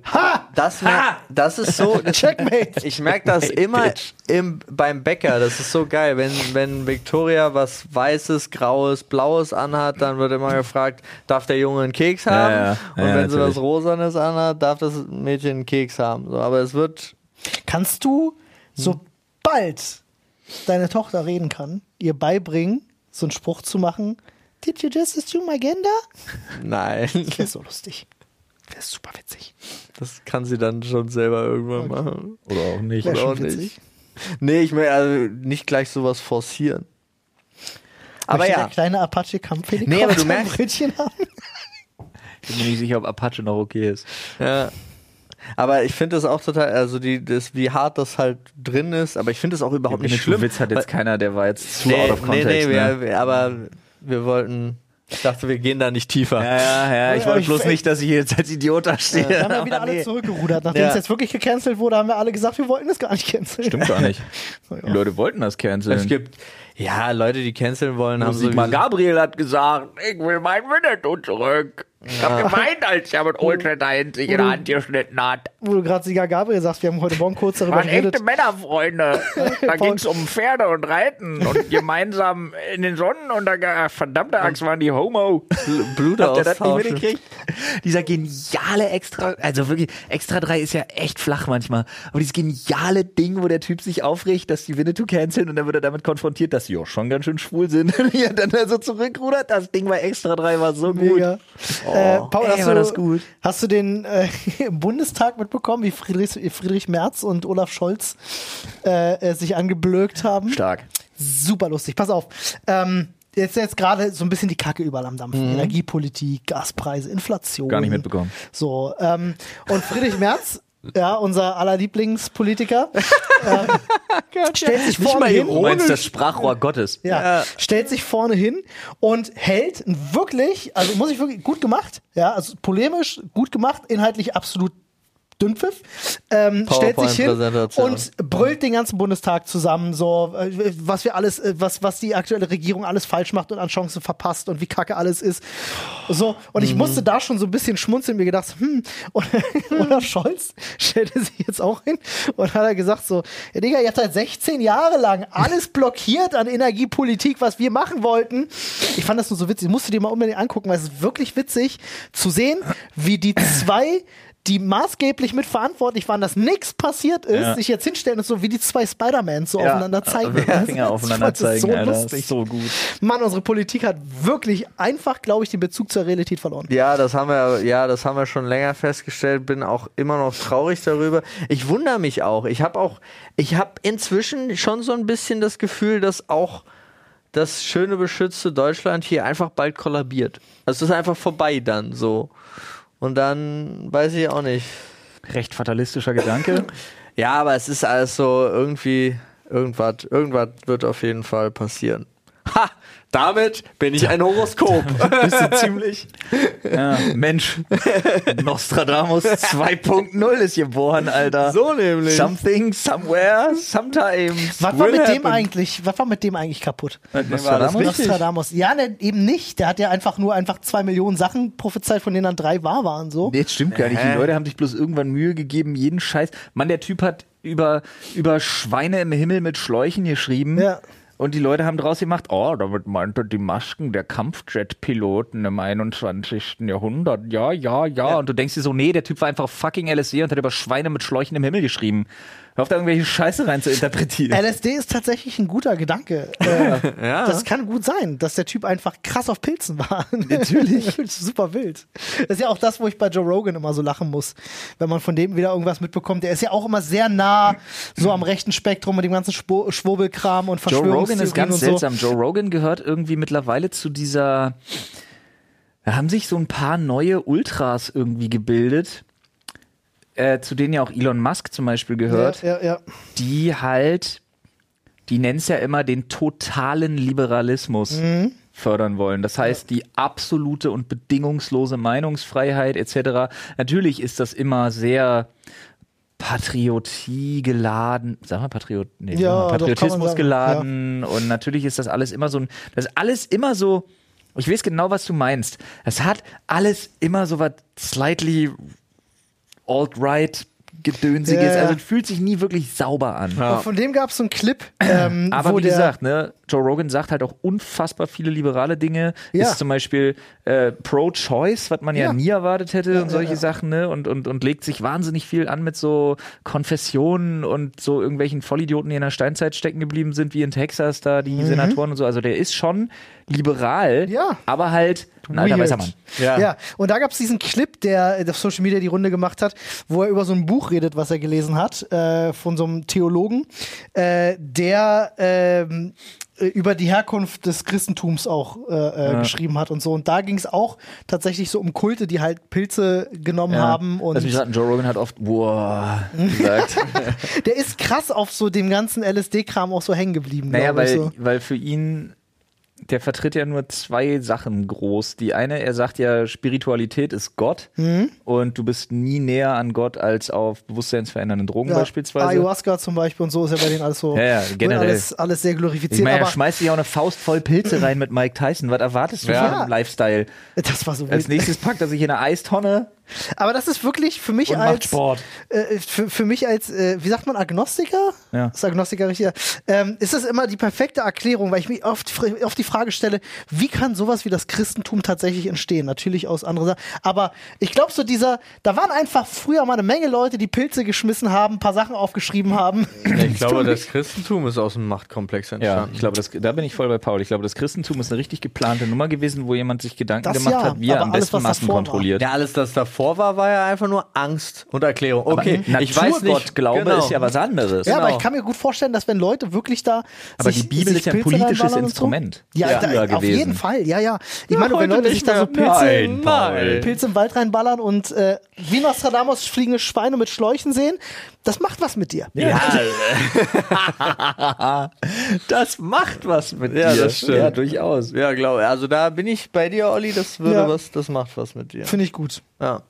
Das, mer- das ist so.
Checkmate.
Ich merke das immer im, beim Bäcker. Das ist so geil. Wenn, wenn Victoria was Weißes, Graues, Blaues anhat, dann wird immer gefragt, darf der Junge einen Keks haben?
ja.
Und
Ja,
wenn sie was
natürlich.
Rosanes anhat, darf das Mädchen einen Keks haben. So, aber es wird.
Kannst du,
Hm.
sobald deine Tochter reden kann, ihr beibringen, so einen Spruch zu machen? Did you just assume my gender?
Nein.
Das ist so lustig. Das ist super witzig.
Das kann sie dann schon selber irgendwann machen.
Oder auch nicht.
Wär
Oder
schon
auch nicht.
witzig.
Nee, ich will also nicht gleich sowas forcieren. Aber
Möchte
ja.
Der kleine apache kampf
Nee, aber du merkst-
Brötchen haben.
Ich bin mir nicht sicher, ob Apache noch okay ist.
Ja. Aber ich finde das auch total, also die, das, wie hart das halt drin ist, aber ich finde das auch überhaupt nicht schlimm.
Witz
halt
hat
weil-
jetzt keiner, der war jetzt zu
nee,
out of context.
nee, nee,
ne?
wir, wir, aber wir wollten, ich dachte, wir gehen da nicht tiefer.
Ja, ja, ja, ich
Ja,
wollte
ich-
bloß nicht, dass ich hier jetzt als Idiot da stehe.
Dann haben wir wieder alle zurückgerudert. Nachdem
Ja.
es jetzt wirklich gecancelt wurde, haben wir alle gesagt, wir wollten es gar nicht canceln.
Stimmt gar nicht.
Ja.
Die Leute wollten das canceln.
Es gibt, ja, Leute, die canceln wollen, haben so
Sigmar Gabriel hat gesagt, ich will mein Winnetou zurück. Ich habe gemeint, als er mit Ultradein sich in die Hand geschnitten hat.
Wo du gerade Sieger Gabriel sagst, wir haben heute Morgen kurz darüber
Waren
geredet.
echte Männerfreunde. Da
Paul-
ging es um Pferde und Reiten und gemeinsam in den Sonnenuntergang. Ach, ah, Verdammte Angst, waren die Homo.
Bl- Blut
Habt ihr das nicht
austauschen.
mitgekriegt? Dieser geniale Extra, also wirklich, Extra 3 ist ja echt flach manchmal. Aber dieses geniale Ding, wo der Typ sich aufregt, dass die Winnetou canceln und dann wird er damit konfrontiert, dass sie auch schon ganz schön schwul sind. Und ja, dann so zurückrudert, das Ding bei Extra 3 war so gut.
Mega. Äh,
Oh.
Paul,
Ey,
hast,
war
du,
das gut.
hast du den äh, im Bundestag mitbekommen, wie Friedrich, Friedrich Merz und Olaf Scholz äh, äh, sich angeblökt haben?
Stark.
Super lustig. Pass auf. Ähm, jetzt jetzt gerade so ein bisschen die Kacke überall am
Mhm.
Dampfen. Energiepolitik, Gaspreise, Inflation.
Gar nicht mitbekommen.
So. Ähm, und Friedrich Merz, ja, unser aller Lieblingspolitiker, ähm, stellt sich
Nicht
vorne
mal
hin.
ironisch. Du meinst das Sprachrohr Gottes.
Ja. Stellt sich vorne hin und hält wirklich, also muss ich wirklich gut gemacht, ja, also polemisch, gut gemacht, inhaltlich absolut Dünnpfiff, ähm, stellt sich hin
PowerPoint-Präsentation.
und brüllt den ganzen Bundestag zusammen, so äh, was wir alles, äh, was, was die aktuelle Regierung alles falsch macht und an Chancen verpasst und wie kacke alles ist. So, und ich musste da schon so ein bisschen schmunzeln, mir gedacht, hm, und Olaf Scholz stellte sich jetzt auch hin und hat er gesagt so, ja, Digga, ihr habt halt 16 Jahre lang alles blockiert an Energiepolitik, was wir machen wollten. Ich fand das nur so witzig, ich musste dir mal unbedingt angucken, weil es ist wirklich witzig zu sehen, wie die zwei die maßgeblich mitverantwortlich waren, dass nichts passiert ist,
Ja.
sich jetzt hinstellen und so wie die zwei Spider-Mans so
Ja,
aufeinander zeigen.
äh, Finger aufeinander
Das ist
zeigen,
so
Alter. Das
lustig.
ist so gut.
Mann, unsere Politik hat wirklich einfach, glaube ich, den Bezug zur Realität verloren.
Ja, das haben wir, ja, das haben wir schon länger festgestellt. Bin auch immer noch traurig darüber. Ich wundere mich auch. Ich habe auch, ich habe inzwischen schon so ein bisschen das Gefühl, dass auch das schöne beschützte Deutschland hier einfach bald kollabiert. Also es ist einfach vorbei dann so. Und dann weiß ich auch nicht.
Recht fatalistischer Gedanke.
Ja, aber es ist alles so irgendwie irgendwas, irgendwas wird auf jeden Fall passieren. Ha! Damit bin ich ein Horoskop.
Bist du ziemlich. Ja, Mensch. Nostradamus 2.0 ist geboren, Alter.
So nämlich.
Something, somewhere, sometimes.
Was war
will
mit dem
happen.
eigentlich? Was war mit dem eigentlich kaputt?
Nostradamus? Richtig.
Nostradamus. Ja, ne, eben nicht. Der hat ja einfach nur einfach zwei Millionen Sachen prophezeit, von denen dann drei wahr waren. So.
Nee, das stimmt gar nicht. Die
Hä?
Leute haben sich bloß irgendwann Mühe gegeben, jeden Scheiß. Mann, der Typ hat über, über Schweine im Himmel mit Schläuchen geschrieben.
Ja.
Und die Leute haben draus gemacht, oh, damit meinte die Masken der Kampfjet-Piloten im 21. Jahrhundert. Ja, ja, ja, Und du denkst dir so, nee, der Typ war einfach fucking LSD und hat über Schweine mit Schläuchen im Himmel geschrieben. Hör auf, da irgendwelche Scheiße rein zu interpretieren.
LSD ist tatsächlich ein guter Gedanke. Äh, Das kann gut sein, dass der Typ einfach krass auf Pilzen war. Natürlich. Super wild. Das ist ja auch das, wo ich bei Joe Rogan immer so lachen muss, wenn man von dem wieder irgendwas mitbekommt. Der ist ja auch immer sehr nah so am rechten Spektrum mit dem ganzen Spo- Schwurbelkram und
Joe Rogan
Verschwörungstheorien
ist ganz
und so.
seltsam. Joe Rogan gehört irgendwie mittlerweile zu dieser. Da haben sich so ein paar neue Ultras irgendwie gebildet, äh, zu denen ja auch Elon Musk zum Beispiel gehört,
Ja, ja, ja.
die halt, die nennen es ja immer den totalen Liberalismus
Mhm.
fördern wollen. Das heißt, die absolute und bedingungslose Meinungsfreiheit etc. Natürlich ist das immer sehr. Patriotie geladen, sag mal Patriot, nee,
Ja,
sag mal
doch, kann man
Patriotismus
sagen,
geladen,
ja.
und natürlich ist das alles immer so ein, das ist alles immer so, ich weiß genau, was du meinst. Es hat alles immer so was slightly alt-right gedönsiges,
Ja, ja.
also es fühlt sich nie wirklich sauber an.
Und von dem gab es so einen Clip, ähm,
Aber
wo
wie
der,
gesagt, ne, Joe Rogan sagt halt auch unfassbar viele liberale Dinge.
Ja.
Ist zum Beispiel äh, pro-choice, was man ja,
Ja.
nie erwartet hätte und
ja,
solche
ja.
Sachen, ne? Und, und, und legt sich wahnsinnig viel an mit so Konfessionen und so irgendwelchen Vollidioten, die in der Steinzeit stecken geblieben sind, wie in Texas da, die Senatoren und so. Also der ist schon liberal,
Mhm. Ja.
aber halt ein alter
Weird.
weißer Mann.
Ja.
Ja. und da gab es diesen Clip, der äh, auf Social Media die Runde gemacht hat, wo er über so ein Buch redet, was er gelesen hat, äh, von so einem Theologen, äh, der ähm, äh, über die Herkunft des Christentums auch äh, äh, geschrieben hat und so. Und da ging es auch tatsächlich so um Kulte, die halt Pilze genommen haben. Und
Lass mich raten, Joe Rogan hat oft wow gesagt.
der ist krass auf so dem ganzen LSD-Kram auch so hängen geblieben.
naja,
glaub ich,
weil,
so.
weil für ihn, der vertritt ja nur zwei Sachen groß. Die eine, er sagt ja, Spiritualität ist Gott
Hm?
und du bist nie näher an Gott als auf bewusstseinsverändernden Drogen
Ja, Ah,
beispielsweise.
Ayahuasca zum Beispiel und so ist ja bei denen alles so
Ja, ja,
wird
generell.
Alles, alles sehr glorifiziert.
Ich meine, er
aber
schmeißt sich auch eine Faust voll Pilze rein mit Mike Tyson. Was erwartest du
Ja.
von einem Lifestyle?
das war so
Als
wild.
nächstes packt er sich in eine Eistonne
Aber das ist wirklich für mich
und macht
als
Sport.
äh, für, für mich als, äh, wie sagt man, Agnostiker?
Ja.
Ist Agnostiker richtig? Ja. Ähm, ist das immer die perfekte Erklärung, weil ich mich oft, fr- oft die Frage stelle, wie kann sowas wie das Christentum tatsächlich entstehen? Natürlich aus anderen Sachen. Aber ich glaube, so dieser, da waren einfach früher mal eine Menge Leute, die Pilze geschmissen haben, ein paar Sachen aufgeschrieben haben.
Ich glaube, das Christentum ist aus dem Machtkomplex
Ja,
entstanden.
ich glaube, das, da bin ich voll bei Paul. Ich glaube, das Christentum ist eine richtig geplante Nummer gewesen, wo jemand sich Gedanken
Das
gemacht
ja,
hat, wie er
aber
am
alles,
besten
was
Massen
davor war.
kontrolliert.
Ja, alles, das davor war, war ja einfach nur Angst und Erklärung. Okay, ich weiß nicht.
Glaube
genau.
ist ja was anderes.
Ja, aber
Genau.
ich kann mir gut vorstellen, dass wenn Leute wirklich da.
Aber
sich,
die Bibel ist
sich
ja ein
Pilze
politisches
reinballern und
Instrument.
So. Ja,
Ja.
da,
Früher
auf
gewesen.
jeden Fall, ja, ja. Ich
Ja,
meine, wenn
heute
Leute sich
nicht
da so
mehr.
Pilze,
Nein, Paul.
Pilze im Wald reinballern und äh, wie Nostradamus fliegende Schweine mit Schläuchen sehen, das macht was mit dir.
das macht was mit
Ja, das stimmt.
Ja, durchaus.
Ja, glaube Also da bin ich bei dir, Olli. Das würde
Ja.
was, das macht was mit dir.
Finde ich gut.
Ja.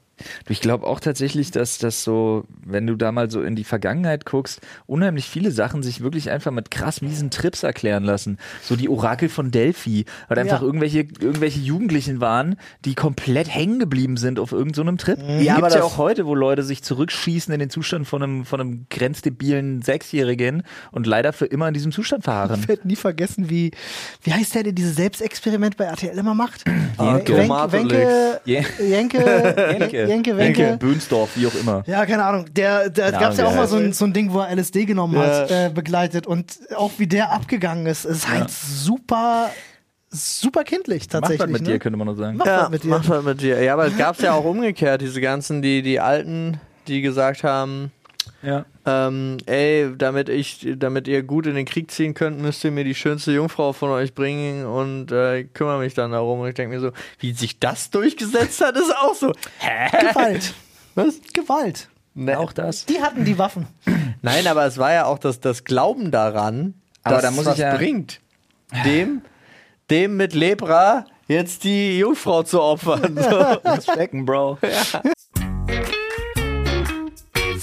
Ich glaube auch tatsächlich, dass das so, wenn du da mal so in die Vergangenheit guckst, unheimlich viele Sachen sich wirklich einfach mit krass miesen Trips erklären lassen. So die Orakel von Delphi, weil einfach irgendwelche, irgendwelche Jugendlichen waren, die komplett hängen geblieben sind auf irgendeinem so einem Trip. Ja,
aber
Gibt's ja
das-
auch heute, wo Leute sich zurückschießen in den Zustand von einem, von einem grenzdebilen Sechsjährigen und leider für immer in diesem Zustand verharren.
Ich werde nie vergessen, wie, wie heißt der, der dieses Selbstexperiment bei RTL immer macht? Äh,
Jenke.
Wenke, Wenke,
Je-
Jenke, Jenke, Wenke.
Böhnsdorf, wie auch immer.
Ja, keine Ahnung. Der, der
Keine
gab es ja
Ahnung, ja.
auch mal so ein, so ein Ding, wo er LSD genommen hat,
Ja.
äh, begleitet und auch wie der abgegangen ist, ist halt super, super kindlich
Macht
tatsächlich.
was mit
ne?
dir, könnte man nur sagen.
Macht
Ja,
was mit dir.
macht was mit dir. Ja, aber es gab es ja auch umgekehrt, diese ganzen, die, die Alten, die gesagt haben,
Ja.
ähm, ey, damit ich, damit ihr gut in den Krieg ziehen könnt, müsst ihr mir die schönste Jungfrau von euch bringen und äh, ich kümmere mich dann darum. Und ich denke mir so, wie sich das durchgesetzt hat, ist auch so. Hä?
Gewalt.
Was?
Gewalt.
Nee.
Auch das.
Die hatten die Waffen.
Ne, Nein, aber es war ja auch das, das Glauben daran,
Aber
dass
da muss
es was
ich ja-
bringt. Dem, dem mit Lepra jetzt die Jungfrau zu opfern. So.
Becken, Bro.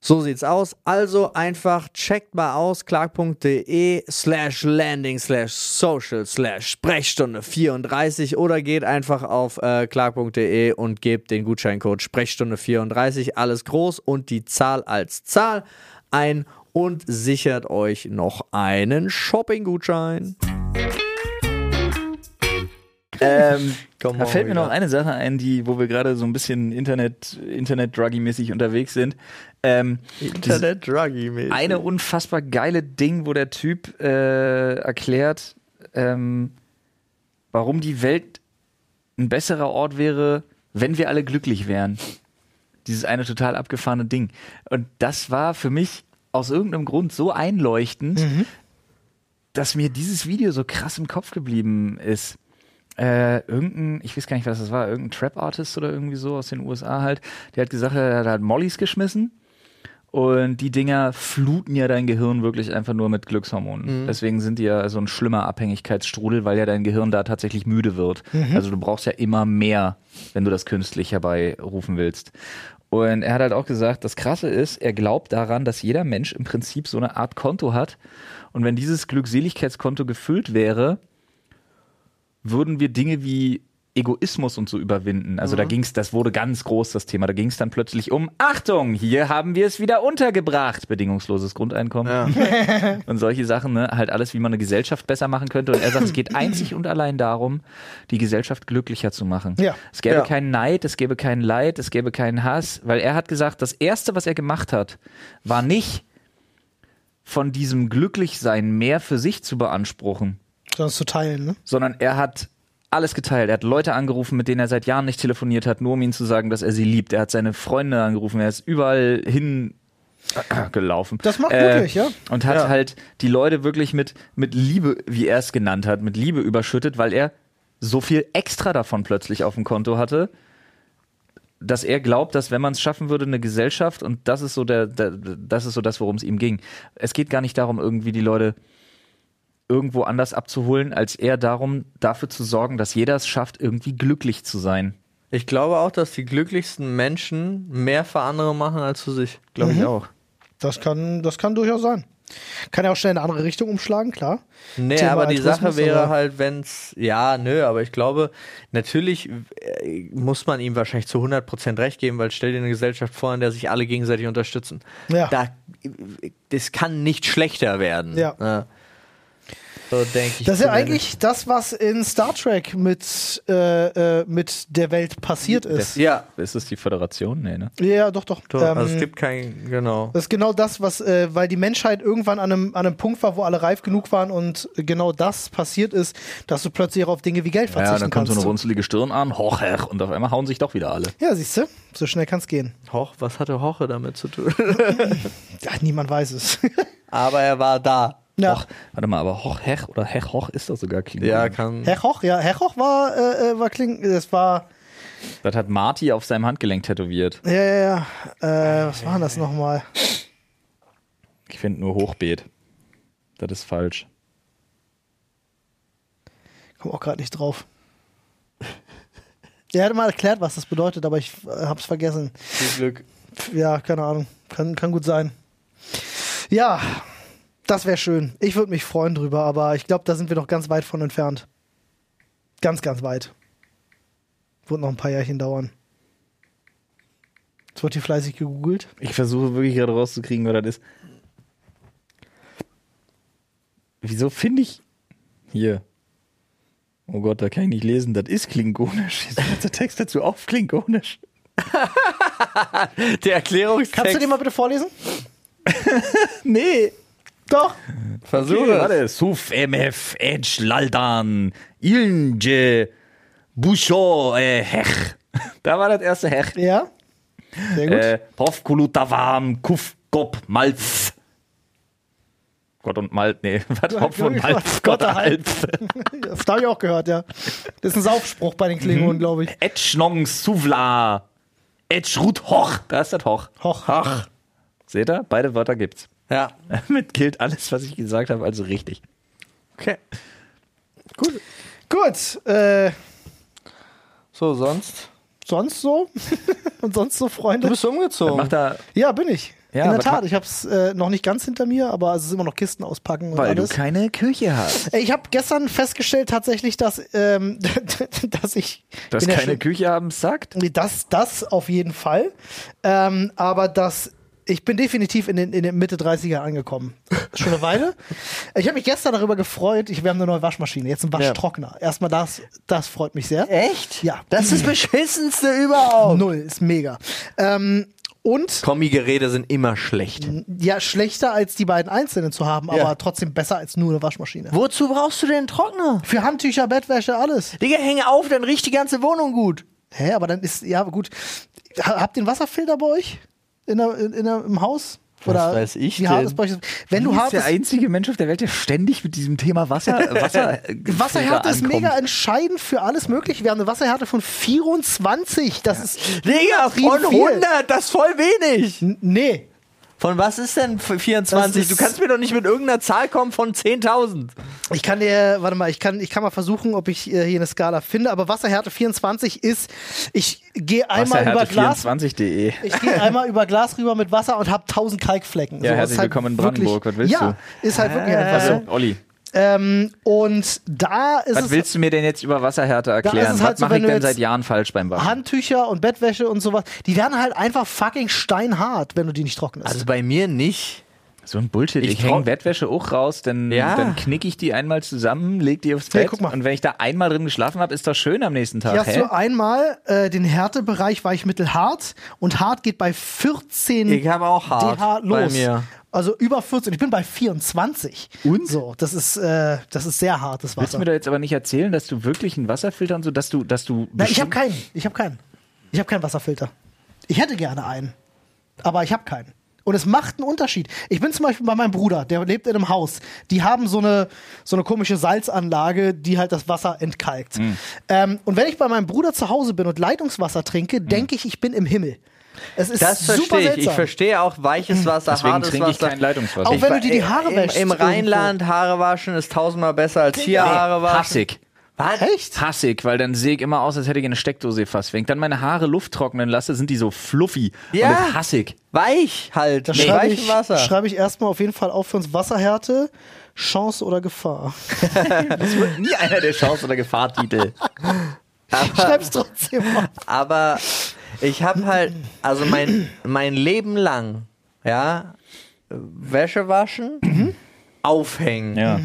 So sieht's aus. Also einfach checkt mal aus clark.de slash landing slash social slash Sprechstunde 34 oder geht einfach auf äh, clark.de und gebt den Gutscheincode Sprechstunde 34 alles groß und die Zahl als Zahl ein und sichert euch noch einen Shopping-Gutschein.
Ähm,
Komm
da
mal
fällt mir
wieder.
noch eine Sache ein, die, wo wir gerade so ein bisschen Internet, Internet-Druggy-mäßig unterwegs sind. Ähm,
Internet Druggy mäßig.
eine unfassbar geile Ding, wo der Typ äh, erklärt, ähm, warum die Welt ein besserer Ort wäre, wenn wir alle glücklich wären. Dieses eine total abgefahrene Ding. Und das war für mich aus irgendeinem Grund so einleuchtend, dass mir dieses Video so krass im Kopf geblieben ist äh, irgendein, ich weiß gar nicht, was das war, irgendein Trap-Artist oder irgendwie so aus den USA halt, der hat gesagt, er hat halt Mollys geschmissen. Und die Dinger fluten ja dein Gehirn wirklich einfach nur mit Glückshormonen. Deswegen sind die ja so ein schlimmer Abhängigkeitsstrudel, weil ja dein Gehirn da tatsächlich müde wird. Also du brauchst ja immer mehr, wenn du das künstlich herbeirufen willst. Und er hat halt auch gesagt, das Krasse ist, er glaubt daran, dass jeder Mensch im Prinzip so eine Art Konto hat. Und wenn dieses Glückseligkeitskonto gefüllt wäre, würden wir Dinge wie Egoismus und so überwinden. Also da ging's, das wurde ganz groß, das Thema. Da ging's dann plötzlich um, Achtung, hier haben wir es wieder untergebracht. Bedingungsloses Grundeinkommen und solche Sachen, ne? halt alles, wie man eine Gesellschaft besser machen könnte. Und er sagt, es geht einzig und allein darum, die Gesellschaft glücklicher zu machen.
Ja.
Es gäbe
Ja.
keinen Neid, es gäbe keinen Leid, es gäbe keinen Hass, weil er hat gesagt, das Erste, was er gemacht hat, war nicht von diesem Glücklichsein mehr für sich zu beanspruchen,
Sonst zu teilen, ne?
sondern er hat alles geteilt. Er hat Leute angerufen, mit denen er seit Jahren nicht telefoniert hat, nur um ihnen zu sagen, dass er sie liebt. Er hat seine Freunde angerufen, er ist überall hin äh, gelaufen.
Das macht glücklich, ja.
Und hat
Ja.
halt die Leute wirklich mit, mit Liebe, wie er es genannt hat, mit Liebe überschüttet, weil er so viel extra davon plötzlich auf dem Konto hatte, dass er glaubt, dass wenn man es schaffen würde, eine Gesellschaft, und das ist so der, der das ist so das, worum es ihm ging. Es geht gar nicht darum, irgendwie die Leute irgendwo anders abzuholen, als eher darum, dafür zu sorgen, dass jeder es schafft, irgendwie glücklich zu sein.
Ich glaube auch, dass die glücklichsten Menschen mehr für andere machen als für sich.
Glaube ich auch.
Das kann, das kann durchaus sein. Kann ja auch schnell in eine andere Richtung umschlagen, klar.
Nee,
Thema
aber die
Altruismus,
Sache wäre
aber-
halt, wenn's ja, nö, aber ich glaube, natürlich äh, muss man ihm wahrscheinlich zu 100% recht geben, weil stell dir eine Gesellschaft vor, in der sich alle gegenseitig unterstützen.
Ja.
Da, das kann nicht schlechter werden. ne?
Ja.
So denke ich.
Das ist ja
zumindest.
eigentlich das, was in Star Trek mit, äh, äh, mit der Welt passiert ist.
Ja,
Ist es die Föderation? Nee, ne?
Ja, doch, doch.
doch, also es
Ähm,
gibt kein, genau.
Das ist genau das, was, äh, weil die Menschheit irgendwann an einem, an einem Punkt war, wo alle reif genug waren und genau das passiert ist, dass du plötzlich auch auf Dinge wie Geld verzichten
Ja, dann kommt
kannst.
so eine runzelige Stirn an, hoch, hech, und auf einmal hauen sich doch wieder alle.
ja, siehst du, so schnell kann es gehen.
Hoch, was hatte Hoche damit zu tun?
Ja, niemand weiß es.
aber er war da.
ja.
Hoch, warte mal, aber Hoch, Hech oder Hech, Hoch ist doch sogar Klingon.
Ja, kann.
Herr Koch, ja, Herr Koch war, äh, äh, war Kling, das war,
Das hat Marty auf seinem Handgelenk tätowiert.
ja, ja, ja, äh, was war denn das nochmal?
Ich finde nur Hochbeet. Das ist falsch.
Komm auch gerade nicht drauf. Er hat mal erklärt, was das bedeutet, aber ich äh, hab's vergessen.
Viel Glück.
Pf, Ja, keine Ahnung. Kann, kann gut sein. Ja, das wäre schön. Ich würde mich freuen drüber, aber ich glaube, da sind wir noch ganz weit von entfernt. Ganz, ganz weit. Wird noch ein paar Jährchen dauern. Jetzt wird hier fleißig gegoogelt.
Ich versuche wirklich gerade rauszukriegen, wer das ist. Wieso finde ich. Hier. Oh Gott, da kann ich nicht lesen. Das ist klingonisch. Jetzt ist der Text dazu auf klingonisch.
Der Erklärungstext.
Kannst du den mal bitte vorlesen?
Nee.
Doch.
Versuche es.
Warte. Suf MF Edge Laldan Ilnje Busho äh, Hech. Da war das erste Hech.
Ja. Sehr gut.
Äh, Prof Kulutavam Kuf Gop Malz. Gott und Malz, nee, was Hopf und Malz, Gott Alf.
Das habe ich auch gehört, ja. Das ist ein Saufspruch bei den
Mhm.
Klingonen, glaube ich.
Etschnong Suvla. Etschrut Hoch. Da ist das Hoch.
Hoch.
Hoch. Seht ihr? Beide Wörter gibt's.
Ja.
Damit gilt alles, was ich gesagt habe, also richtig.
Okay.
Gut. Gut. Äh,
So, sonst.
sonst so? Und sonst so,
Du
Freunde?
bist umgezogen.
Macht er,
Ja, bin ich.
Ja,
In der
aber
Tat, ich habe es äh, noch nicht ganz hinter mir, aber es ist immer noch Kisten auspacken und
weil du
alles.
keine Kirche hast.
Äh, Ich habe gestern festgestellt tatsächlich, dass, ähm, dass ich
Dass
bin ja
keine
schon-
Küche haben sagt?
Nee, das, das auf jeden Fall. Ähm, aber dass ich bin definitiv in den, in den Mitte 30er angekommen. Schon eine Weile. Ich habe mich gestern darüber gefreut. Ich, wir haben eine neue Waschmaschine, jetzt einen Waschtrockner. Erstmal das, das freut mich sehr.
Echt?
Ja.
Das ist das Beschissenste überhaupt.
Null, ist mega. Ähm, und
Kommi-Geräte sind immer schlecht.
ja, schlechter als die beiden einzelnen zu haben, aber trotzdem besser als nur eine Waschmaschine.
Wozu brauchst du denn einen Trockner?
Für Handtücher, Bettwäsche, alles.
Digga, häng auf, dann riecht die ganze Wohnung gut.
Hä, aber dann ist, ja gut. Ha- Habt ihr einen Wasserfilter bei euch? In der, in, in der, Im Haus? Oder
weiß ich
wie hart
denn?
ist bei euch? das- Wenn du hart
der
ist,
einzige Mensch auf der Welt, der ständig mit diesem Thema Wasser, Wasser,
Wasserhärte ist mega entscheidend für alles mögliche. Wir haben eine Wasserhärte von 24. Das ist.
Digga, von
viel.
100, das ist voll wenig.
N- Nee.
Von was ist denn 24?
Das ist-
du kannst mir doch nicht mit irgendeiner Zahl kommen von 10.000.
Ich kann dir, warte mal, ich kann, ich kann mal versuchen, ob ich äh, hier eine Skala finde, aber Wasserhärte 24 ist, ich gehe einmal über Glas.
24de
Ich gehe einmal über Glas rüber mit Wasser und habe 1000
Ja,
Kalkflecken. ist halt
herzlich willkommen in Brandenburg. Was
Wirklich,
willst
ja, ist halt wirklich einfach so.
Also, Olli,
Ähm, und da ist
was
es
willst du mir denn jetzt über Wasserhärte
ist
erklären?
es halt
was
so,
mache ich
wenn du
denn
jetzt-
seit Jahren falsch beim Waschen?
Handtücher und Bettwäsche und sowas, die werden halt einfach fucking steinhart, wenn du die nicht trocknest.
Also bei mir nicht.
So ein Bullshit.
Ich
Ich,
trau-
hänge Bettwäsche auch raus, dann,
Ja.
dann knicke ich die einmal zusammen, leg die aufs
Hey,
Bett
guck mal.
und wenn ich da einmal drin geschlafen habe, ist das schön am nächsten
hier
Tag.
hast
Hä?
du einmal äh, den Härtebereich weich mittelhart und hart geht bei 14
Ich habe auch hart
DH los.
bei mir.
Also über 14, ich bin bei 24. Und? So, das ist, äh, das ist sehr hartes
Willst du
Wasser.
mir da jetzt aber nicht erzählen, dass du wirklich einen Wasserfilter und so, dass du, dass du.
Nein, ich
bestimmt-
habe keinen. Ich habe keinen. Ich habe keinen Wasserfilter. Ich hätte gerne einen, aber ich habe keinen. Und es macht einen Unterschied. Ich bin zum Beispiel bei meinem Bruder, der lebt in einem Haus. Die haben so eine, so eine komische Salzanlage, die halt das Wasser entkalkt.
Mhm.
Ähm, und wenn ich bei meinem Bruder zu Hause bin und Leitungswasser trinke, denke ich, ich bin im Himmel. Es ist
Mhm. Das
super
verstehe ich. Ich
seltsam.
verstehe auch weiches Wasser,
Deswegen
hartes
trinke ich
Wasser.
kein Leitungswasser.
Auch
Ich-
wenn du dir die
Äh,
Haare
im,
wäschst.
Im
irgendwo.
Reinland Haare waschen ist tausendmal besser als hier Haare waschen.
Hassig.
Was?
Echt?
Hassig, weil dann sehe ich immer aus, als hätte ich eine Steckdose fast. Wenn ich dann meine Haare Luft trocknen lasse, sind die so fluffy.
Ja.
Und das ist hassig.
Weich halt.
Das
mit
schreibe
weichem
ich,
Wasser.
schreibe ich erstmal auf jeden Fall auf für uns Wasserhärte, Chance oder Gefahr.
Nie einer der Chance oder Gefahrtitel.
Schreib's trotzdem auf.
Aber ich habe halt, also mein, mein Leben lang, ja, Wäsche waschen, aufhängen.
Ja.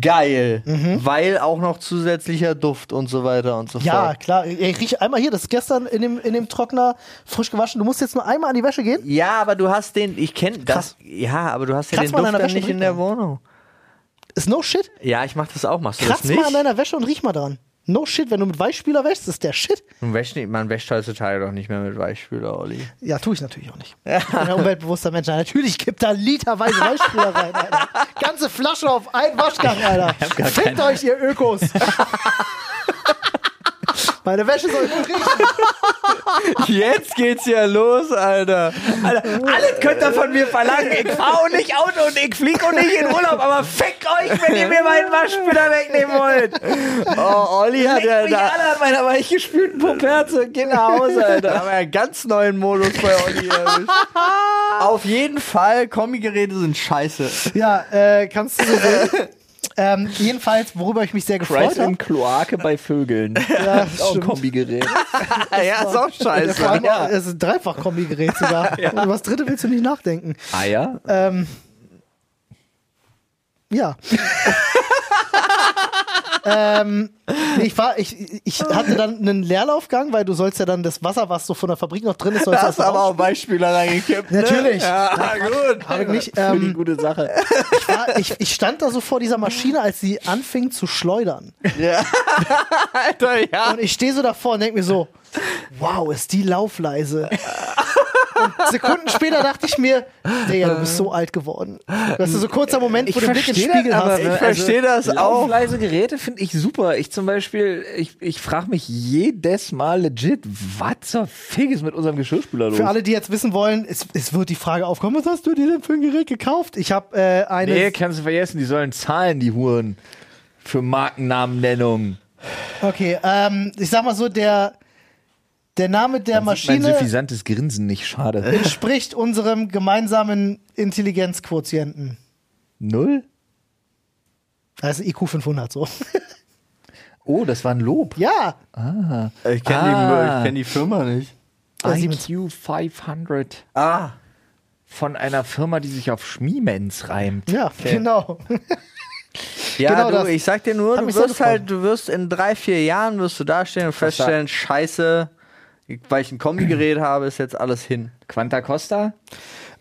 Geil.
Mhm.
Weil auch noch zusätzlicher Duft und so weiter und so
Ja,
fort.
klar. Ey, riech einmal hier, das ist gestern in dem, in dem Trockner frisch gewaschen. Du musst jetzt nur einmal an die Wäsche gehen.
Ja, aber du hast den, ich kenne das,
Krass.
ja, aber du hast ja
Kratz
den
mal an
Duft
deiner
dann
Wäsche
nicht in
drin,
der
ja.
Wohnung.
Ist no shit.
Ja, ich mach das auch. Machst du
Kratz
das nicht?
mal an deiner Wäsche und riech mal dran. No shit, wenn du mit Weichspüler wäschst, ist der shit.
Man wäscht, nicht- man wäscht heutzutage doch nicht mehr mit Weichspüler, Olli.
Ja, tue ich natürlich auch nicht. Ich bin ein umweltbewusster Mensch. Natürlich gibt da literweise Weichspüler rein, Alter. Ganze Flasche auf einen Waschgang, Alter. Fickt euch, ihr Ökos. Meine Wäsche soll gut riechen.
Jetzt geht's ja los, Alter. Alter alles könnt ihr von mir verlangen. Ich fahr und nicht Auto und ich flieg und nicht in Urlaub, aber fickt euch, wenn ihr mir meinen Waschspüler wegnehmen wollt. Oh, Olli hat ja da... alle an meiner weichgespülten Puperze. Geh nach Hause, Alter. Da haben wir einen ganz neuen Modus bei Olli erwischt. Auf jeden Fall, Kombigeräte sind scheiße.
Ja, äh, kannst du so sehen. Ähm, jedenfalls, worüber ich mich sehr gefreut
Preis
habe.
in Kloake bei Vögeln.
Ja, das
Auch ein
stimmt.
Kombigerät.
Ja, ist auch
Vor
scheiße.
allem, Es ist ein Dreifach-Kombi-Gerät sogar. Und was dritte willst du nicht nachdenken.
Ah,
Eier?
Ähm, ja. ähm, nee, ich, war, ich, ich hatte dann einen Leerlaufgang, weil du sollst ja dann das Wasser, was so von der Fabrik noch drin ist, sollst
Da
du
hast du aber auch Beispiele reingekippt. Ne?
Natürlich.
Ja, gut.
Habe ich nicht.
Für die
Ähm,
gute Sache.
ich, war, ich, ich stand da so vor dieser Maschine, als sie anfing zu schleudern.
Alter, ja.
Und ich stehe so davor und denke mir so, wow, ist die laufleise. Und Sekunden später dachte ich mir, Digga, du bist so alt geworden. Das ist so ein kurzer Moment, wo du den Blick in den
verstehe das,
Spiegel
aber ne?
hast.
wenn-
Ich verstehe das auch.
Laufleise Geräte finde ich super. Ich zum Beispiel, ich, ich frage mich jedes Mal legit, was zur Fick ist mit unserem Geschirrspüler los?
Für alle, die jetzt wissen wollen, es, es wird die Frage aufkommen, was hast du dir denn für ein Gerät gekauft? Ich habe äh, eine...
nee, kannst du vergessen, die sollen zahlen, die Huren. Für Markennamennennung.
Okay, ähm, ich sag mal so, der, der Name der
Mein
Maschine Äh.
suffisantes Grinsen nicht, schade.
entspricht unserem gemeinsamen Intelligenzquotienten.
Null?
Also IQ 500 so.
Oh, das war ein Lob.
ja,
kenn
Ich
die- Ah. ich kenn
die Firma nicht.
Ja,
IQ 500.
Ah.
von einer Firma, die sich auf Schmiemens reimt.
Ja, genau.
Ja,
Genau
du,
das.
ich sag dir nur,
Hat
du
mich sehr
wirst
gefreut.
halt, du wirst in drei, vier Jahren wirst du dastehen und feststellen, scheiße, weil ich ein Kombigerät habe, ist jetzt alles hin.
Quanta Costa?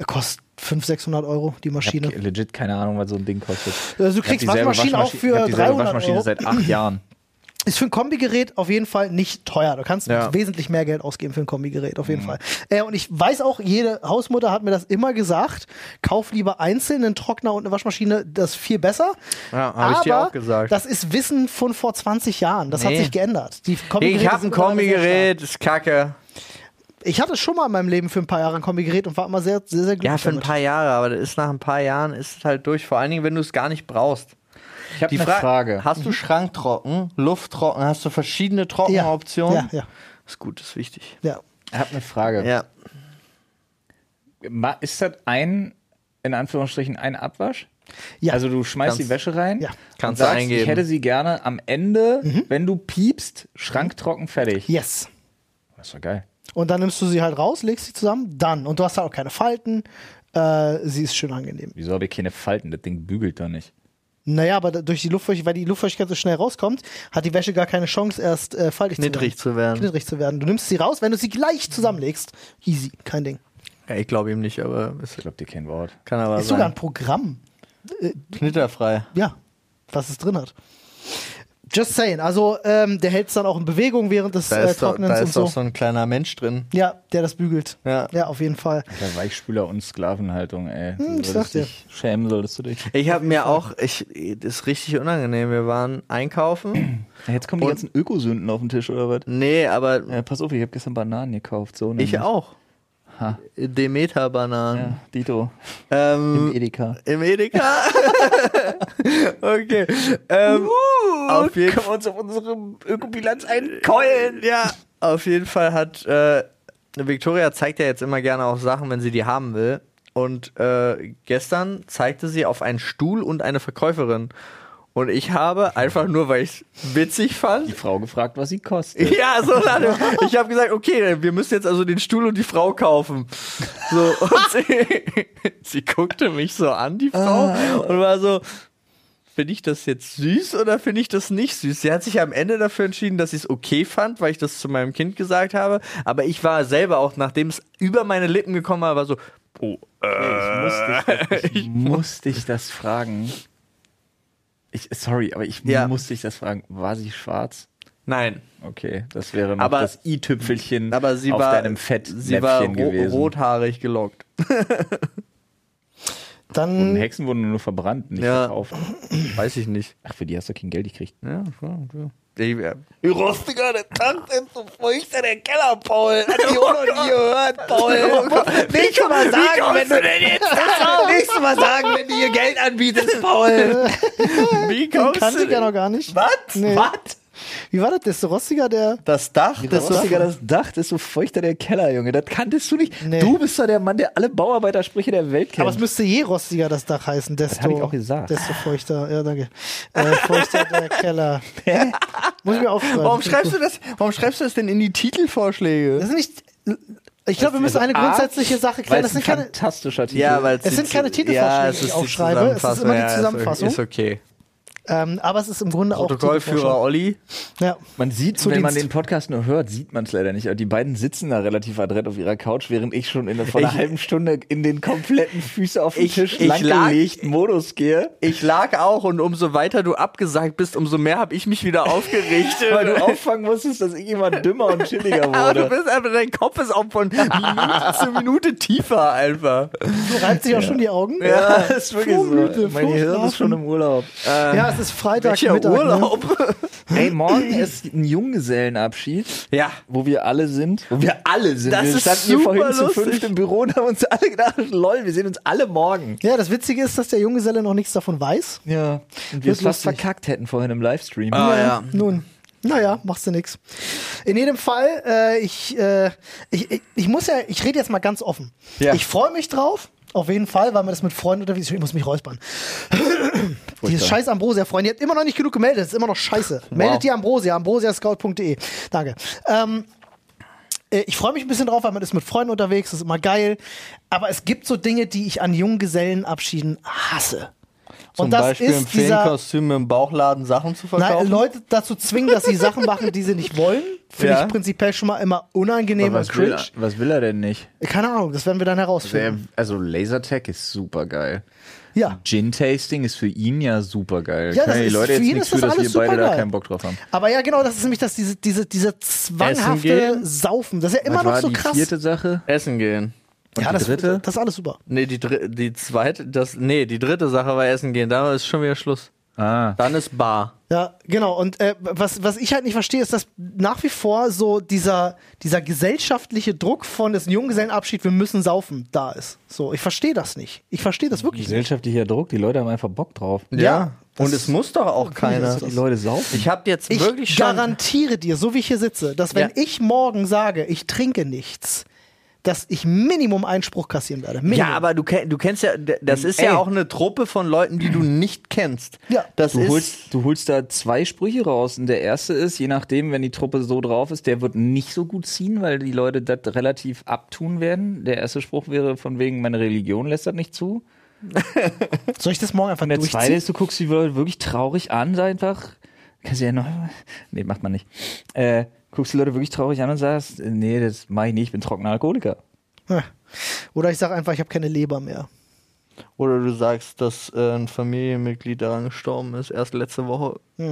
Kostet 500, 600 Euro die
Ich
Maschine.
hab legit keine Ahnung, was so ein Ding kostet.
Also du
Ich hab
kriegst
dieselbe
Waschmaschinen
Waschmaschi-
auch
ich hab
für
dieselbe
300
Waschmaschine
Euro.
seit acht Jahren.
Ist für ein Kombigerät auf jeden Fall nicht teuer. Du kannst
Ja. Mhm.
wesentlich mehr Geld ausgeben für ein Kombigerät, auf jeden Fall. Äh, und ich weiß auch, jede Hausmutter hat mir das immer gesagt, kauf lieber einzeln einen Trockner und eine Waschmaschine, das ist viel besser.
Ja, hab ich dir
Aber
auch gesagt.
das ist Wissen von vor 20 Jahren. Das hat
Nee.
sich geändert. Die Kombigeräte
Ich hab ein
sind mittlerweile sehr stark.
Kombigerät, ist kacke.
Ich hatte schon mal in meinem Leben für ein paar Jahre ein Kombigerät und war immer sehr, sehr, sehr glücklich
Ja, für ein
damit.
paar Jahre, aber das ist nach ein paar Jahren ist es halt durch, vor allen Dingen, wenn du es gar nicht brauchst.
Ich habe
Die Fra- Hast du Schrank trocken, Luft trocken, hast du verschiedene trockene
ja.
Optionen?
Ja, ja,
Ist gut, ist wichtig.
ja.
hab eine Frage.
Ja.
Ma- Ist das ein, in Anführungsstrichen, ein Abwasch?
Ja.
Also du schmeißt
Kannst-
die Wäsche rein.
Ja. Mhm.
Kannst
und
du
sagst, Ich
eingeben.
hätte sie gerne am Ende, wenn du piepst, schranktrocken fertig.
Yes.
Das ist doch geil.
Und dann nimmst du sie halt raus, legst sie zusammen, dann. Und du hast halt auch keine Falten. Äh, sie ist schön angenehm.
Wieso habe ich keine Falten? Das Ding bügelt doch nicht.
Naja, aber da- durch die Luftfeuchtigkeit, weil die Luftfeuchtigkeit so schnell rauskommt, hat die Wäsche gar keine Chance, erst äh, faltig
Knittrig
zu
zu
werden.
werden.
Knittrig zu werden. Du nimmst sie raus, wenn du sie gleich zusammenlegst. Easy, kein Ding.
Ja, ich glaube ihm nicht, aber es
Ich glaube dir kein Wort.
kann aber
Ist sogar ein
sein.
Programm,
Knitterfrei.
ja, was es drin hat. Just saying, also ähm, der hält es dann auch in Bewegung während des
Da
äh,
ist, doch,
Trocknens
da
und
ist
so.
doch so ein kleiner Mensch drin.
Ja, der das bügelt.
Ja.
ja auf jeden Fall.
Alter, Weichspüler und Sklavenhaltung, ey. Du
Hm, ich
solltest
sag dir.
dich schämen, solltest du dich.
Ich habe mir auch, ich, das ist richtig unangenehm. Wir waren einkaufen.
Jetzt kommen
die
die
Und- ganzen
ganzen Ökosünden auf den Tisch, oder was? Äh,
Nee, aber
pass auf, ich habe gestern Bananen gekauft. So
ich auch.
Mhm. Ha.
Demeter-Bananen.
Ja, äh, Dito,
Ähm,
Edeka.
Im Edeka? okay. Ähm, auf jeden Fall.
uns auf unsere Ökobilanz ein.
Keulen, ja. Auf jeden Fall hat äh, Victoria zeigt ja jetzt immer gerne auf Sachen, wenn sie die haben will. Und äh, gestern zeigte sie auf einen Stuhl und eine Verkäuferin. Und ich habe einfach nur, weil ich es witzig
Die
fand.
Frau gefragt, was sie kostet.
Ja, so lange. Ich habe gesagt, okay, wir müssen jetzt also den Stuhl und die Frau kaufen. So, und sie, sie guckte mich so an, die Frau, und war so, finde ich das jetzt süß oder finde ich das nicht süß? Sie hat sich am Ende dafür entschieden, dass sie es okay fand, weil ich das zu meinem Kind gesagt habe. Aber ich war selber auch, nachdem es über meine Lippen gekommen war, war so, oh,
Ich muss dich das fragen. Ich, sorry, aber ich
Ja.
muss dich das fragen. War sie schwarz?
nein.
Okay, das wäre noch
Aber-
das i-Tüpfelchen
Aber sie
auf
war,
deinem Fett
sie war ro
gewesen.
rothaarig gelockt.
Und
Dann
Hexen wurden nur verbrannt, nicht
Ja.
verkauft.
Weiß ich nicht.
Ach, für die hast du kein Geld gekriegt.
Ja, klar, klar. Ich, äh,
Wie rostiger der Tanz ist, so feucht der Keller, Paul. Hat die auch noch nie gehört, Paul.
Wie kann man sagen,
Wie kommst
wenn du
du denn jetzt darauf?
nächstes Mal sagen, wenn du ihr Geld anbietest, Paul? Wie
den
kommst
kannte
du
ich ja
denn?
noch gar nicht.
Was?
Nee.
Was?
Wie war das? Der Rostiger, der.
Das Dach, das
Das
so,
ist das Dach, das ist so feuchter der Keller, Junge. Das kanntest du nicht.
Nee.
Du bist doch der Mann, der alle Bauarbeitersprüche der Welt kennt.
Aber es müsste je rostiger das Dach heißen, desto,
hab ich auch gesagt.
desto feuchter. Ja, danke. Äh, feuchter der Keller. Muss ich mir aufschreiben.
warum schreibst du das? Warum schreibst du das denn in die Titelvorschläge?
Das ist nicht. Ich glaube, wir müssen eine
A,
grundsätzliche Sache
weil
klären. Das
es ein
sind keine.
fantastischer Titel.
Es sind keine Titelvorschläge, die ich aufschreibe. Es ist immer die Zusammenfassung.
Ist okay.
Ähm, aber es ist im Grunde auch.
Protokollführer Olli.
Titelvorschlag. Ja.
Man sieht,
Zu
wenn man
Dienst.
den Podcast nur hört, sieht man es leider nicht. Aber die beiden sitzen da relativ adrett auf ihrer Couch, während ich schon in der, vor einer
Ich-
halben Stunde in den kompletten Füße auf den
Ich-
Tisch
ich
langgelegt Modus gehe.
Ich lag auch und umso weiter du abgesagt bist, umso mehr habe ich mich wieder aufgeregt.
Weil du auffangen musstest, dass ich immer dümmer und chilliger
Aber du
wurde.
bist einfach, dein Kopf ist auch von Minute zu Minute tiefer einfach.
Du reibst dich auch schon die Augen.
Ja,
ist wirklich
Vormüde,
Mein Gehirn ist
vorschlafen.
schon im Urlaub. Äh,
Ja, es ist Freitag.
Welcher
Mittag, Ne?
Urlaub.
Ey, morgen ist ein Junggesellenabschied,
Ja.
wo wir alle sind. Wo wir alle sind.
Das
wir
ist
standen hier
super
vorhin zu
lustig.
fünft im Büro und haben uns alle gedacht, lol, wir sehen uns alle morgen.
Ja, das Witzige ist, dass der Junggeselle noch nichts davon weiß.
Ja. Und wir es fast
lustig.
verkackt hätten vorhin im Livestream.
Ah, ja.
Nun, naja, machst du nix. In jedem Fall, äh, ich, äh, ich, ich, ich muss ja, ich rede jetzt mal ganz offen.
Ja.
Ich freue mich drauf, auf jeden Fall, weil man das mit Freunden unterwegs, ich muss mich räuspern. Dieses scheiß Ambrosia-Freund, ihr habt immer noch nicht genug gemeldet, das ist immer noch scheiße. Meldet die Ambrosia, ambrosiascout.de. Danke. Ähm, Äh, ich freue mich ein bisschen drauf, weil man ist mit Freunden unterwegs, das ist immer geil. Aber es gibt so Dinge, die ich an Junggesellenabschieden hasse.
Zum Beispiel im Feenkostüm im Bauchladen Sachen zu
Nein,
verkaufen.
Leute dazu zwingen, dass sie Sachen machen, die sie nicht wollen, finde
Ja.
ich prinzipiell schon mal immer unangenehm und
was, will
cringe.
er, was will er denn nicht?
Keine Ahnung, das werden wir dann
Der,
herausfinden.
also Lasertag ist super geil.
Ja.
Gin-Tasting ist für ihn ja super geil.
Ja, das
Können die
ist-
Leute
für
jetzt
ihn
nichts
ist das
für, dass wir
alles
beide da
supergeil.
keinen Bock drauf haben.
Aber ja, genau, das ist nämlich das, diese, diese, dieser zwanghafte
gehen?
Saufen. Das ist ja immer
was
noch
war
so
die
krass.
vierte Sache?
Essen gehen.
Und
ja,
die
das,
dritte?
das ist alles super.
Nee, die, dr die zweite, das, nee, die dritte Sache war Essen gehen. Da ist schon wieder Schluss.
Ah.
Dann ist Bar.
Ja, genau. Und äh, was, was ich halt nicht verstehe, ist, dass nach wie vor so dieser, dieser gesellschaftliche Druck von das Junggesellenabschied, wir müssen saufen, da ist. So, ich verstehe das nicht. Ich verstehe das wirklich nicht.
Gesellschaftlicher Druck, die Leute haben einfach Bock drauf.
Ja. Und
das-
es muss doch auch keiner.
ist das.
Leute saufen.
Ich hab jetzt
Ich
wirklich schon.
garantiere dir, so wie ich hier sitze, dass wenn
Ja.
ich morgen sage, ich trinke nichts, dass ich Minimum Einspruch kassieren werde. Minimum.
Ja, aber du, ken- du kennst ja, d- das ist ja auch eine Truppe von Leuten, die du nicht kennst.
Ja.
das
Du
ist.
holst, du holst da zwei Sprüche raus und der erste ist, je nachdem, wenn die Truppe so drauf ist, der wird nicht so gut ziehen, weil die Leute das relativ abtun werden. Der erste Spruch wäre von wegen, meine Religion lässt das nicht zu.
Soll ich das morgen einfach
Und der zweite
durchziehen?
ist, du guckst die Leute wirklich traurig an, so einfach. Kannst du ja noch. Nee, macht man nicht. Äh, guckst die Leute wirklich traurig an und sagst, nee, das mache ich nicht, ich bin trockener Alkoholiker.
Ja. Oder ich sage einfach, ich habe keine Leber mehr.
Oder du sagst, dass äh, ein Familienmitglied daran gestorben ist, erst letzte Woche.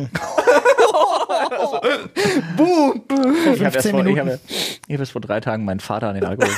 Ich habe erst,
15
vor- ich hab,
Minuten.
ich hab erst vor drei Tagen meinen Vater an den Alkohol.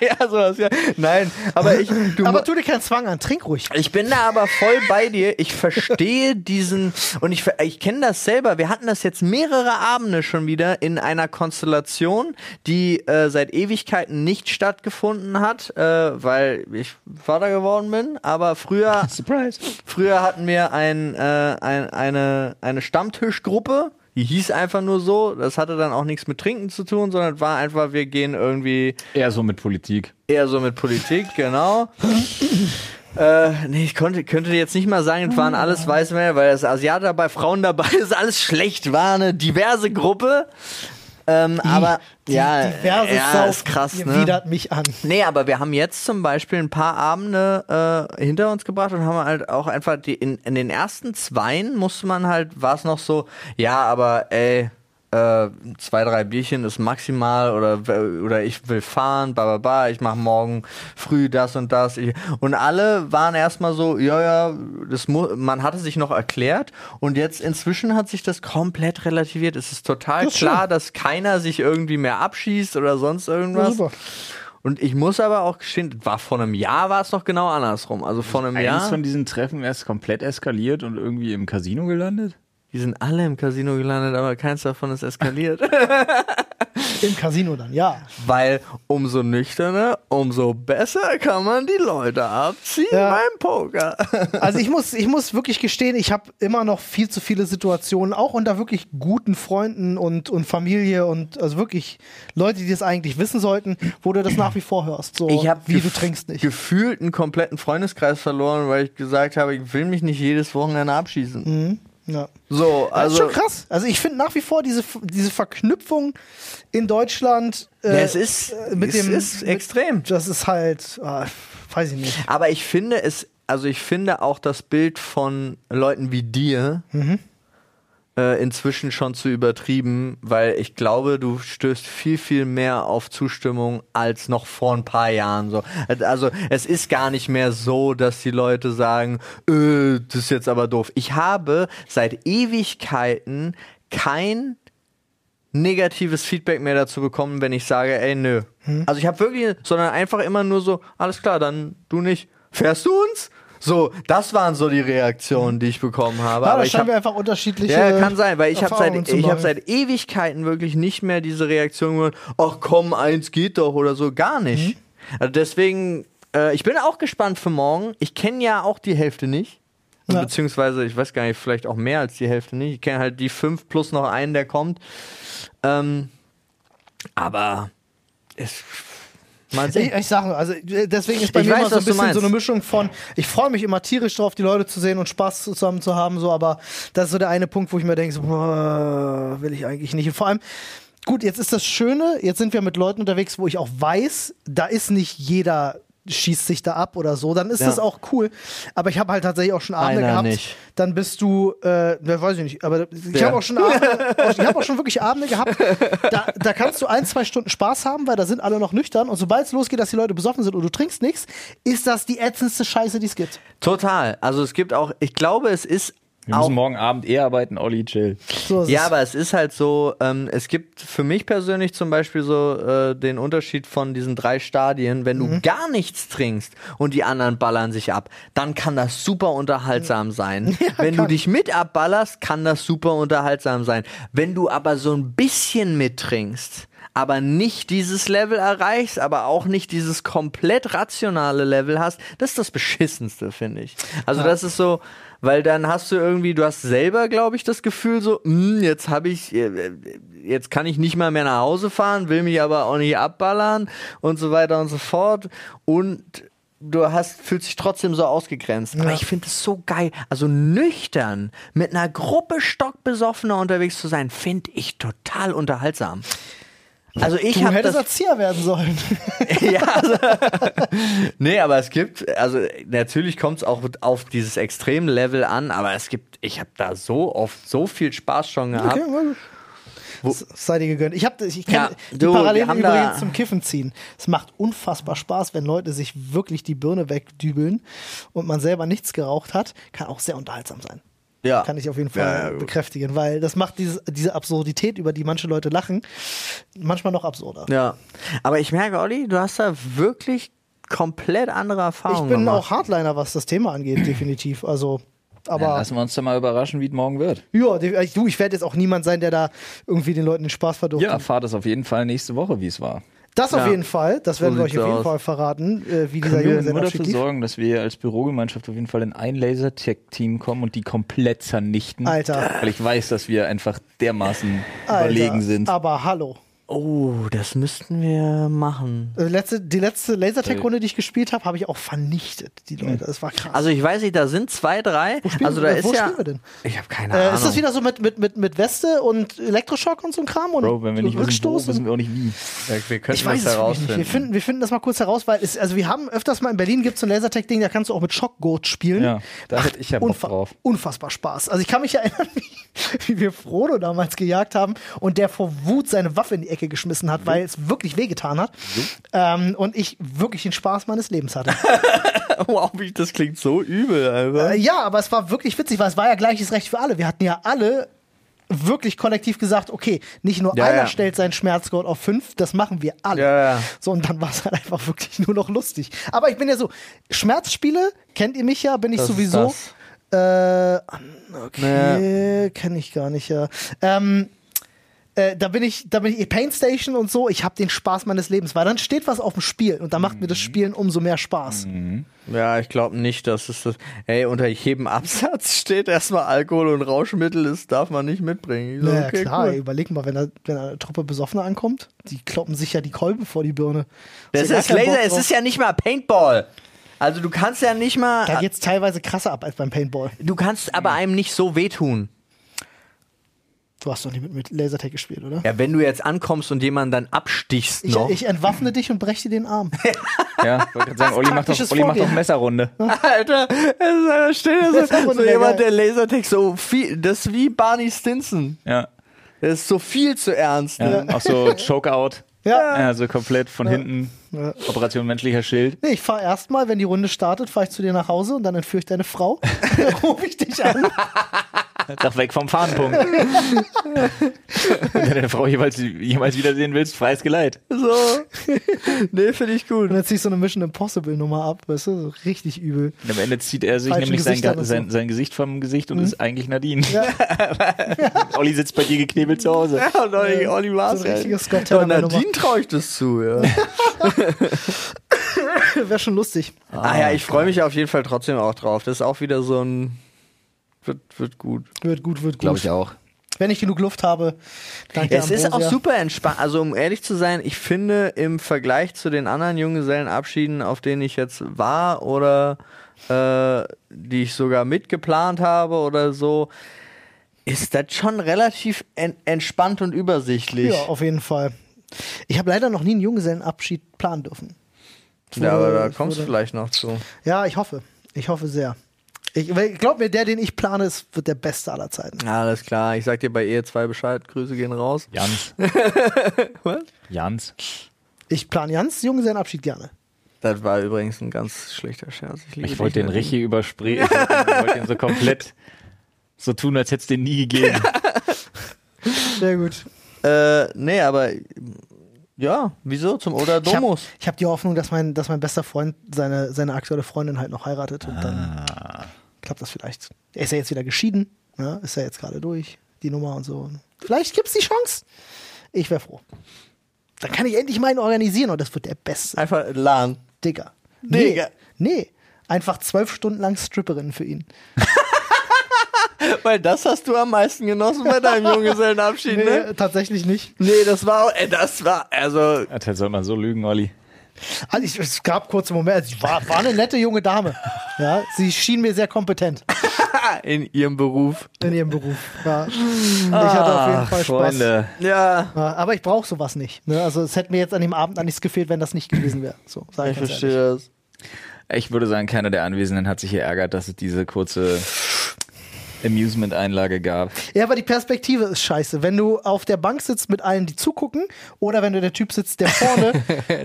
ja, sowas, ja. Nein, aber ich. Du
Aber tu dir keinen Zwang an, trink ruhig.
Ich bin da aber voll bei dir. Ich verstehe diesen und ich, ver- ich kenne das selber. Wir hatten das jetzt mehrere Abende schon wieder in einer Konstellation, die äh, seit Ewigkeiten nicht stattgefunden hat, äh, weil ich Vater geworden bin. Aber früher
Surprise.
Früher hatten wir ein, äh, ein, eine, eine Stammtischgruppe, die hieß einfach nur so. Das hatte dann auch nichts mit Trinken zu tun, sondern war einfach, wir gehen irgendwie
Eher so mit Politik.
eher so mit Politik, genau. Äh, nee, ich konnte, könnte jetzt nicht mal sagen, es waren alles weiße Männer, weil das Asiaten dabei, Frauen dabei, ist alles schlecht, war eine diverse Gruppe. Ähm, aber ja,
diverse
ja
Sau
ist krass,
ihr
ne?
widert mich an.
Nee, aber wir haben jetzt zum Beispiel ein paar Abende äh, hinter uns gebracht und haben halt auch einfach die, in, in den ersten zweien musste man halt, war es noch so, ja, aber ey, äh, zwei, drei Bierchen ist maximal oder, oder ich will fahren, ba, ba, ba, ich mache morgen früh das und das. Ich, und alle waren erstmal so, ja, ja, das mu man hatte sich noch erklärt und jetzt inzwischen hat sich das komplett relativiert. Es ist total
Das ist
klar,
schön.
dass keiner sich irgendwie mehr abschießt oder sonst irgendwas.
super.
Und ich muss aber auch gestehen, das war vor einem Jahr war es doch genau andersrum. Also vor einem
Eines
Jahr,
von diesen Treffen erst komplett eskaliert und irgendwie im Casino gelandet?
die sind alle im Casino gelandet, aber keins davon ist eskaliert.
Im Casino dann, ja.
Weil umso nüchterner, umso besser kann man die Leute abziehen
Ja.
beim Poker.
Also ich muss, ich muss wirklich gestehen, ich habe immer noch viel zu viele Situationen, auch unter wirklich guten Freunden und, und Familie und also wirklich Leute, die das eigentlich wissen sollten, wo du das nach wie vor hörst. So
hab
wie
gef-
du trinkst nicht.
gefühlt einen kompletten Freundeskreis verloren, weil ich gesagt habe, ich will mich nicht jedes Wochenende abschießen.
Ja.
So,
Also, Mhm. das ist
also
schon krass. Also ich finde nach wie vor diese, diese Verknüpfung in Deutschland äh,
Ja, es ist,
mit
es
dem-
ist
mit-
extrem.
das ist halt, ah, weiß ich nicht.
Aber ich finde es, also ich finde auch das Bild von Leuten wie dir äh, inzwischen schon zu übertrieben, weil ich glaube, du stößt viel, viel mehr auf Zustimmung als noch vor ein paar Jahren. So. Also es ist gar nicht mehr so, dass die Leute sagen, äh, das ist jetzt aber doof. Ich habe seit Ewigkeiten kein negatives Feedback mehr dazu bekommen, wenn ich sage, ey, nö. Also ich habe wirklich, sondern einfach immer nur so, alles klar, dann du nicht. Fährst du uns? So, das waren so die Reaktionen, die ich bekommen habe.
Ja,
aber
da
ich hab,
scheinen wir einfach unterschiedliche.
ja, kann sein, weil ich habe
äh, Erfahrungen
seit,
zu
ich hab
machen.
seit Ewigkeiten wirklich nicht mehr diese Reaktion gehört, ach komm, eins geht doch oder so, gar nicht.
Mhm.
Also deswegen, äh, ich bin auch gespannt für morgen. Ich kenne ja auch die Hälfte nicht.
Ja.
Beziehungsweise, ich weiß gar nicht, vielleicht auch mehr als die Hälfte nicht. Ich kenne halt die fünf plus noch einen, der kommt. Ähm, aber es, mal sehen.
Ich, ich sage nur, also äh, deswegen ist bei
Ich
mir
weiß,
immer so
was du
ein bisschen
meinst.
so eine Mischung von, ich freue mich immer tierisch drauf, die Leute zu sehen und Spaß zusammen zu haben, so, aber das ist so der eine Punkt, wo ich mir denke, so, boah, will ich eigentlich nicht. Und vor allem, gut, jetzt ist das Schöne, jetzt sind wir mit Leuten unterwegs, wo ich auch weiß, da ist nicht jeder schießt sich da ab oder so, dann ist
Ja.
das auch cool. Aber ich habe halt tatsächlich auch schon Abende
Einer
gehabt,
nicht.
dann bist du, äh, wer weiß ich nicht, aber ich
Ja.
habe auch schon Abende, oh, ich habe auch schon wirklich Abende gehabt, da, da kannst du ein, zwei Stunden Spaß haben, weil da sind alle noch nüchtern und sobald es losgeht, dass die Leute besoffen sind und du trinkst nichts, ist das die ätzendste Scheiße, die es gibt.
Total. Also es gibt auch, ich glaube, es ist
Wir
auch
müssen morgen Abend eh arbeiten, Olli, chill.
So, es
Ja,
ist-
aber es ist halt so, ähm, es gibt für mich persönlich zum Beispiel so äh, den Unterschied von diesen drei Stadien. Wenn du gar nichts trinkst und die anderen ballern sich ab, dann kann das super unterhaltsam sein. Wenn du dich mit abballerst, kann das super unterhaltsam sein. Wenn du aber so ein bisschen mittrinkst, aber nicht dieses Level erreichst, aber auch nicht dieses komplett rationale Level hast, das ist das Beschissenste, finde ich. Also das ist so, weil dann hast du irgendwie, du hast selber, glaube ich, das Gefühl so, "Mm, jetzt habe ich, äh, jetzt kann ich nicht mal mehr nach Hause fahren, will mich aber auch nicht abballern und so weiter und so fort und Du hast, fühlst dich trotzdem so ausgegrenzt. Aber ich finde es so geil. Also nüchtern mit einer Gruppe stockbesoffener unterwegs zu sein, finde ich total unterhaltsam. Also ich
du
habe
hättest
das
Erzieher werden sollen.
ja, also, nee, aber es gibt, also natürlich kommt es auch auf dieses Extremlevel an, aber es gibt, ich habe da so oft so viel Spaß schon gehabt.
Okay, well. S- Sei dir gegönnt. Ich habe ich
Ja,
kann die
du, wir
Parallelen
haben da-
übrigens zum Kiffen ziehen. Es macht unfassbar Spaß, wenn Leute sich wirklich die Birne wegdübeln und man selber nichts geraucht hat, kann auch sehr unterhaltsam sein.
Ja.
Kann ich auf jeden Fall
Ah. Ja, ja,
bekräftigen, weil das macht dieses, diese Absurdität, über die manche Leute lachen, manchmal noch absurder.
Ja, aber ich merke, Olli, du hast da wirklich komplett andere
ich
Erfahrungen
bin
gemacht.
auch Hardliner, was das Thema angeht, definitiv. Also,
Dann
aber
lassen wir uns doch mal überraschen, wie es morgen wird.
ja, de- du, ich werde jetzt auch niemand sein, der da irgendwie den Leuten den Spaß verdirbt.
Ja, erfahrt es auf jeden Fall nächste Woche, wie es war.
Das auf
Ja.
jeden Fall. Das werden wir euch
sieht's
auf jeden
aus.
Fall verraten, äh, wie dieser
Können
Junge
wir nur
sein
dafür
lief.
sorgen, dass wir als Bürogemeinschaft auf jeden Fall in ein Lasertech-Team kommen und die komplett zernichten.
Alter.
Weil ich weiß, dass wir einfach dermaßen
Alter,
überlegen sind.
Aber hallo.
Oh, das müssten wir machen.
Äh, Letzte, die letzte Lasertag-Runde, die ich gespielt habe, habe ich auch vernichtet, die Leute. Das war krass.
Also ich weiß nicht, da sind zwei, drei.
spielen
also da
wir-
ist
wo
ja.
spielen wir denn?
Ich habe keine
äh,
Ahnung.
ist das wieder so mit, mit, mit, mit Weste und Elektroschock und so ein Kram und
Bro, wenn wir nicht wissen, wo,
Rückstoß?
wissen
und-
wir auch nicht wie.
wir, wir könnten
ich weiß
das
es wirklich nicht. Wir
herausfinden.
finden, wir finden das mal kurz heraus, weil es, also wir haben öfters mal in Berlin gibt es so ein Lasertag-Ding, da kannst du auch mit Schockgurt spielen.
Ja, da hätte ich ja Bock
Unfa-
drauf.
Unfassbar Spaß. Also ich kann mich erinnern, wie, wie wir Frodo damals gejagt haben und der vor Wut seine Waffe in die Ecke geschmissen
Mhm.
hat, weil es wirklich wehgetan hat. Ähm, und ich wirklich den Spaß meines Lebens hatte.
Wow, wie- das klingt so übel, Alter.
Äh, ja, aber es war wirklich witzig, weil es war ja gleiches Recht für alle. Wir hatten ja alle wirklich kollektiv gesagt, okay, nicht nur
Ja,
einer
ja.
stellt seinen Schmerzgurt auf fünf, das machen wir alle.
Ja, ja.
So, und dann war es halt einfach wirklich nur noch lustig. Aber ich bin ja so, Schmerzspiele, kennt ihr mich ja, bin ich
Das ist
sowieso. Äh, okay, kenne ich gar nicht, ja. Ähm, äh, da bin ich, da bin ich Paint Station und so, ich habe den Spaß meines Lebens, weil dann steht was auf dem Spiel und dann macht mir das
Mhm.
Spielen umso mehr Spaß.
Ja, ich glaube nicht, dass es das. Hey, unter jedem Absatz steht erstmal Alkohol und Rauschmittel, das darf man nicht mitbringen. Ich so,
Naja,
okay,
klar,
cool.
ey, überleg mal, wenn, da, wenn eine Truppe Besoffener ankommt, die kloppen sich ja die Kolben vor die Birne.
Das
Hast du
ist
gar keinen Bock
Laser, es
drauf?
ist ja nicht mal Paintball. Also du kannst ja nicht
Da
mal.
geht's teilweise krasser ab als beim Paintball.
Du kannst aber einem nicht so wehtun.
Du hast doch nicht mit, mit Lasertag gespielt, oder?
Ja, wenn du jetzt ankommst und jemanden dann abstichst
Ich,
noch.
ich entwaffne dich und breche dir den Arm.
Ja, ich wollte gerade sagen, Olli macht,
taktisches
doch, Olli macht doch
Vorgehen.
Messerrunde.
Alter, es- da steht ja
Das ist
so,
auch
so
mega
jemand, der
geil.
Lasertext so viel. Das ist wie Barney Stinson.
Ja.
Das ist so viel zu ernst.
ja.
Ne?
Auch so Chokeout.
Ja.
Also komplett von hinten. Operation menschlicher Schild.
Nee, ich fahr erstmal, wenn die Runde startet, fahr ich zu dir nach Hause und dann entführe ich deine Frau. dann rufe ich dich an.
Doch weg vom Fahnenpunkt. Wenn du deine Frau jeweils, jemals wiedersehen willst, freies Geleit.
So. nee, finde ich gut. ne?
Und dann ziehst du eine Mission Impossible Nummer ab, weißt du? So richtig übel.
Und am Ende zieht er sich
Falsche
nämlich sein,
Gesichter
Ga-
und so. Mhm.
sein, sein Gesicht vom Gesicht und ist eigentlich Nadine. Olli sitzt bei dir geknebelt zu Hause.
Ja, und Olli, Olli war's.
Äh, so ein richtiges Scott
ja,
Teller-Nummer.
Nadine traue ich das zu, ja.
Wäre schon lustig.
ah ja, ich freue mich auf jeden Fall trotzdem auch drauf. Das ist auch wieder so ein. Wird, wird gut.
Wird gut, wird gut.
Glaube ich auch.
Wenn ich genug Luft habe, danke
es ist auch
Ambrosia.
super entspannt. Also, um ehrlich zu sein, ich finde im Vergleich zu den anderen Junggesellenabschieden, auf denen ich jetzt war oder äh, die ich sogar mitgeplant habe oder so, ist das schon relativ en entspannt und übersichtlich.
Ja, auf jeden Fall. Ich habe leider noch nie einen Junggesellenabschied planen dürfen.
Ja, aber da
Wurde-
kommst du
wurde-
vielleicht noch zu.
Ja, ich hoffe. Ich hoffe sehr. Ich, weil, glaub mir, der, den ich plane, ist, wird der beste aller Zeiten.
Alles klar, ich sag dir bei EE2 Bescheid. Grüße gehen raus.
Jans. Jans.
Ich plane Jans Junggesellenabschied gerne.
Das war übrigens ein ganz schlechter Scherz. liebe
Ich wollte
dich,
den
Nadine.
richtig überspringen. Ich wollte den- wollte den so komplett so tun, als hätte es den nie gegeben.
Sehr gut.
Äh, nee, aber ja, wieso? Zum Oder
Ich habe
Domus.
hab die Hoffnung, dass mein, dass mein bester Freund seine, seine aktuelle Freundin halt noch heiratet und dann
Ah.
klappt das vielleicht. Er ist ja jetzt wieder geschieden, ne? ist ja jetzt gerade durch, die Nummer und so. Vielleicht gibt's die Chance. Ich wäre froh. Dann kann ich endlich meinen organisieren und das wird der beste.
Einfach LAN.
Digga.
Digga.
Nee, nee. einfach zwölf Stunden lang Stripperinnen für ihn.
Weil das hast du am meisten genossen bei deinem Junggesellenabschied, ne?
Äh, tatsächlich nicht.
Nee, das war, äh, das war, also,
Ja, Das soll man so lügen, Olli.
Also ich, es gab kurze Momente, sie war, war eine nette junge Dame. Ja, sie schien mir sehr kompetent.
in ihrem Beruf.
in ihrem Beruf. Ja. Ich hatte auf jeden Fall Spaß.
Freunde.
Ja,
Ja, aber ich brauche sowas nicht. Ne? Also es hätte mir jetzt an dem Abend an nichts gefehlt, wenn das nicht gewesen wäre. So, sag ich,
ich
ganz
verstehe
Ehrlich.
das.
Ich würde sagen, keiner der Anwesenden hat sich geärgert, dass es diese kurze Amusement-Einlage gab.
Ja, aber die Perspektive ist scheiße. Wenn du auf der Bank sitzt mit allen, die zugucken, oder wenn du der Typ sitzt, der vorne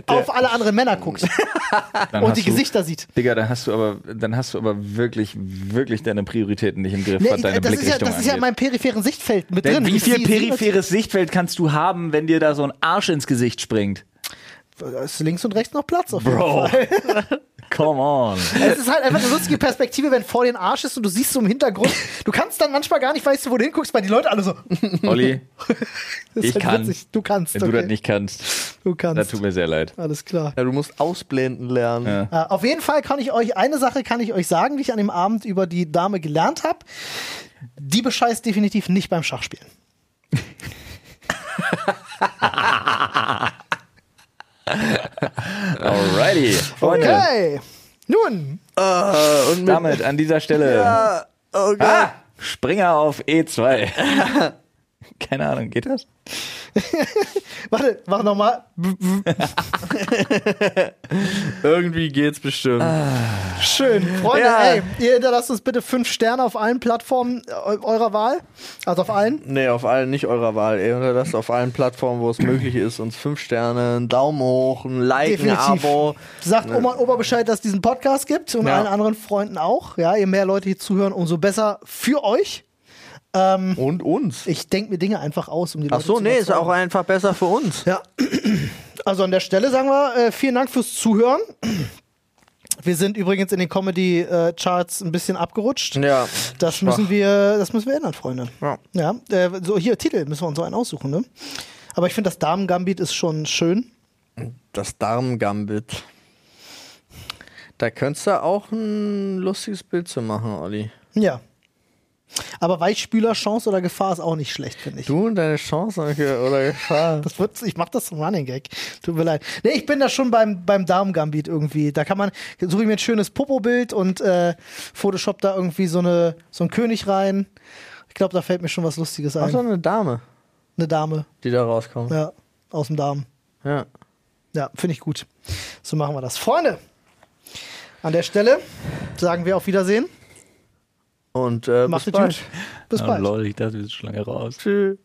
auf alle anderen Männer guckt
Dann
und
Hm. hast
Ah, oh, die
du-
Gesichter sieht.
Digga, dann hast du aber, dann hast du aber wirklich, wirklich deine Prioritäten nicht im Griff,
Nee,
was deine
Ne, das ist ja,
Blickrichtung
das ist ja
angeht.
in meinem peripheren Sichtfeld mit
Denn
drin.
wie
Ich
viel
sehe- sehe das-
peripheres Sichtfeld kannst du haben, wenn dir da so ein Arsch ins Gesicht springt?
Da ist links und rechts noch Platz auf jeden
Bro.
Fall.
Come on.
Es ist halt einfach eine lustige Perspektive, wenn vor den Arsch ist und du siehst so im Hintergrund. Du kannst dann manchmal gar nicht weißt, du, wo du hinguckst, weil die Leute alle so.
Olli, Ich
Das ist halt
kann.
Witzig. Du kannst.
wenn du das nicht kannst,
Du
das
kannst.
tut mir sehr leid.
Alles klar.
Ja, du musst ausblenden lernen.
Ja.
Äh, auf jeden Fall kann ich euch, eine Sache kann ich euch sagen, die ich an dem Abend über die Dame gelernt habe. Die bescheißt definitiv nicht beim Schachspielen.
Alrighty. Freunde,
Okay. Nun,
Äh, und mit,
damit an dieser Stelle.
oh Gott.
Ah, Springer auf E2. Keine Ahnung, geht das?
warte, mach nochmal.
Irgendwie geht's bestimmt.
Schön. Freunde,
Ah. Ja.
ey, ihr hinterlasst uns bitte fünf Sterne auf allen Plattformen eu- eurer Wahl. Also auf allen.
Nee, auf allen, nicht eurer Wahl. Ihr unterlasst auf allen Plattformen, wo es möglich ist, uns fünf Sterne, einen Daumen hoch, ein Like, ein
Definitiv.
Abo. Ne.
Sagt Oma und Opa Bescheid, dass es diesen Podcast gibt und
Ja.
allen anderen Freunden auch. Ja, je mehr Leute hier zuhören, umso besser für euch.
Und uns.
Ich denke mir Dinge einfach aus, um die Leute
Ach so,
zu
nee, ist
überzeugen.
auch einfach besser für uns.
Ja, also an der Stelle sagen wir äh, vielen Dank fürs Zuhören. Wir sind übrigens in den Comedy-Charts ein bisschen abgerutscht.
Ja.
Das müssen wir, das müssen wir ändern, Freunde.
Ja.
äh, so hier Titel müssen wir uns so einen aussuchen, ne? Aber ich finde das Damen Gambit ist schon schön.
Das Darmgambit. Da könntest du auch ein lustiges Bild zu machen, Olli.
Ja. Aber Weichspüler Chance oder Gefahr ist auch nicht schlecht, finde ich.
Du und deine Chance oder Gefahr.
Das wird, ich mache das zum Running Gag. Tut mir leid. Nee, ich bin da schon beim, beim Damen-Gambit irgendwie. Da kann man, suche ich mir ein schönes Popo-Bild und äh, Photoshop da irgendwie so, eine, so einen König rein. Ich glaube, da fällt mir schon was Lustiges
Ach so,
ein.
eine Dame,
Eine Dame,
die da rauskommt.
ja, aus dem Darm.
Ja.
Ja, finde ich gut. So machen wir das. Freunde, an der Stelle sagen wir auf Wiedersehen.
Und äh, bis
Macht es
bald.
gut. Bis bald.
lol, ich Ah, dachte, wir sind schon lange raus.
Tschüss.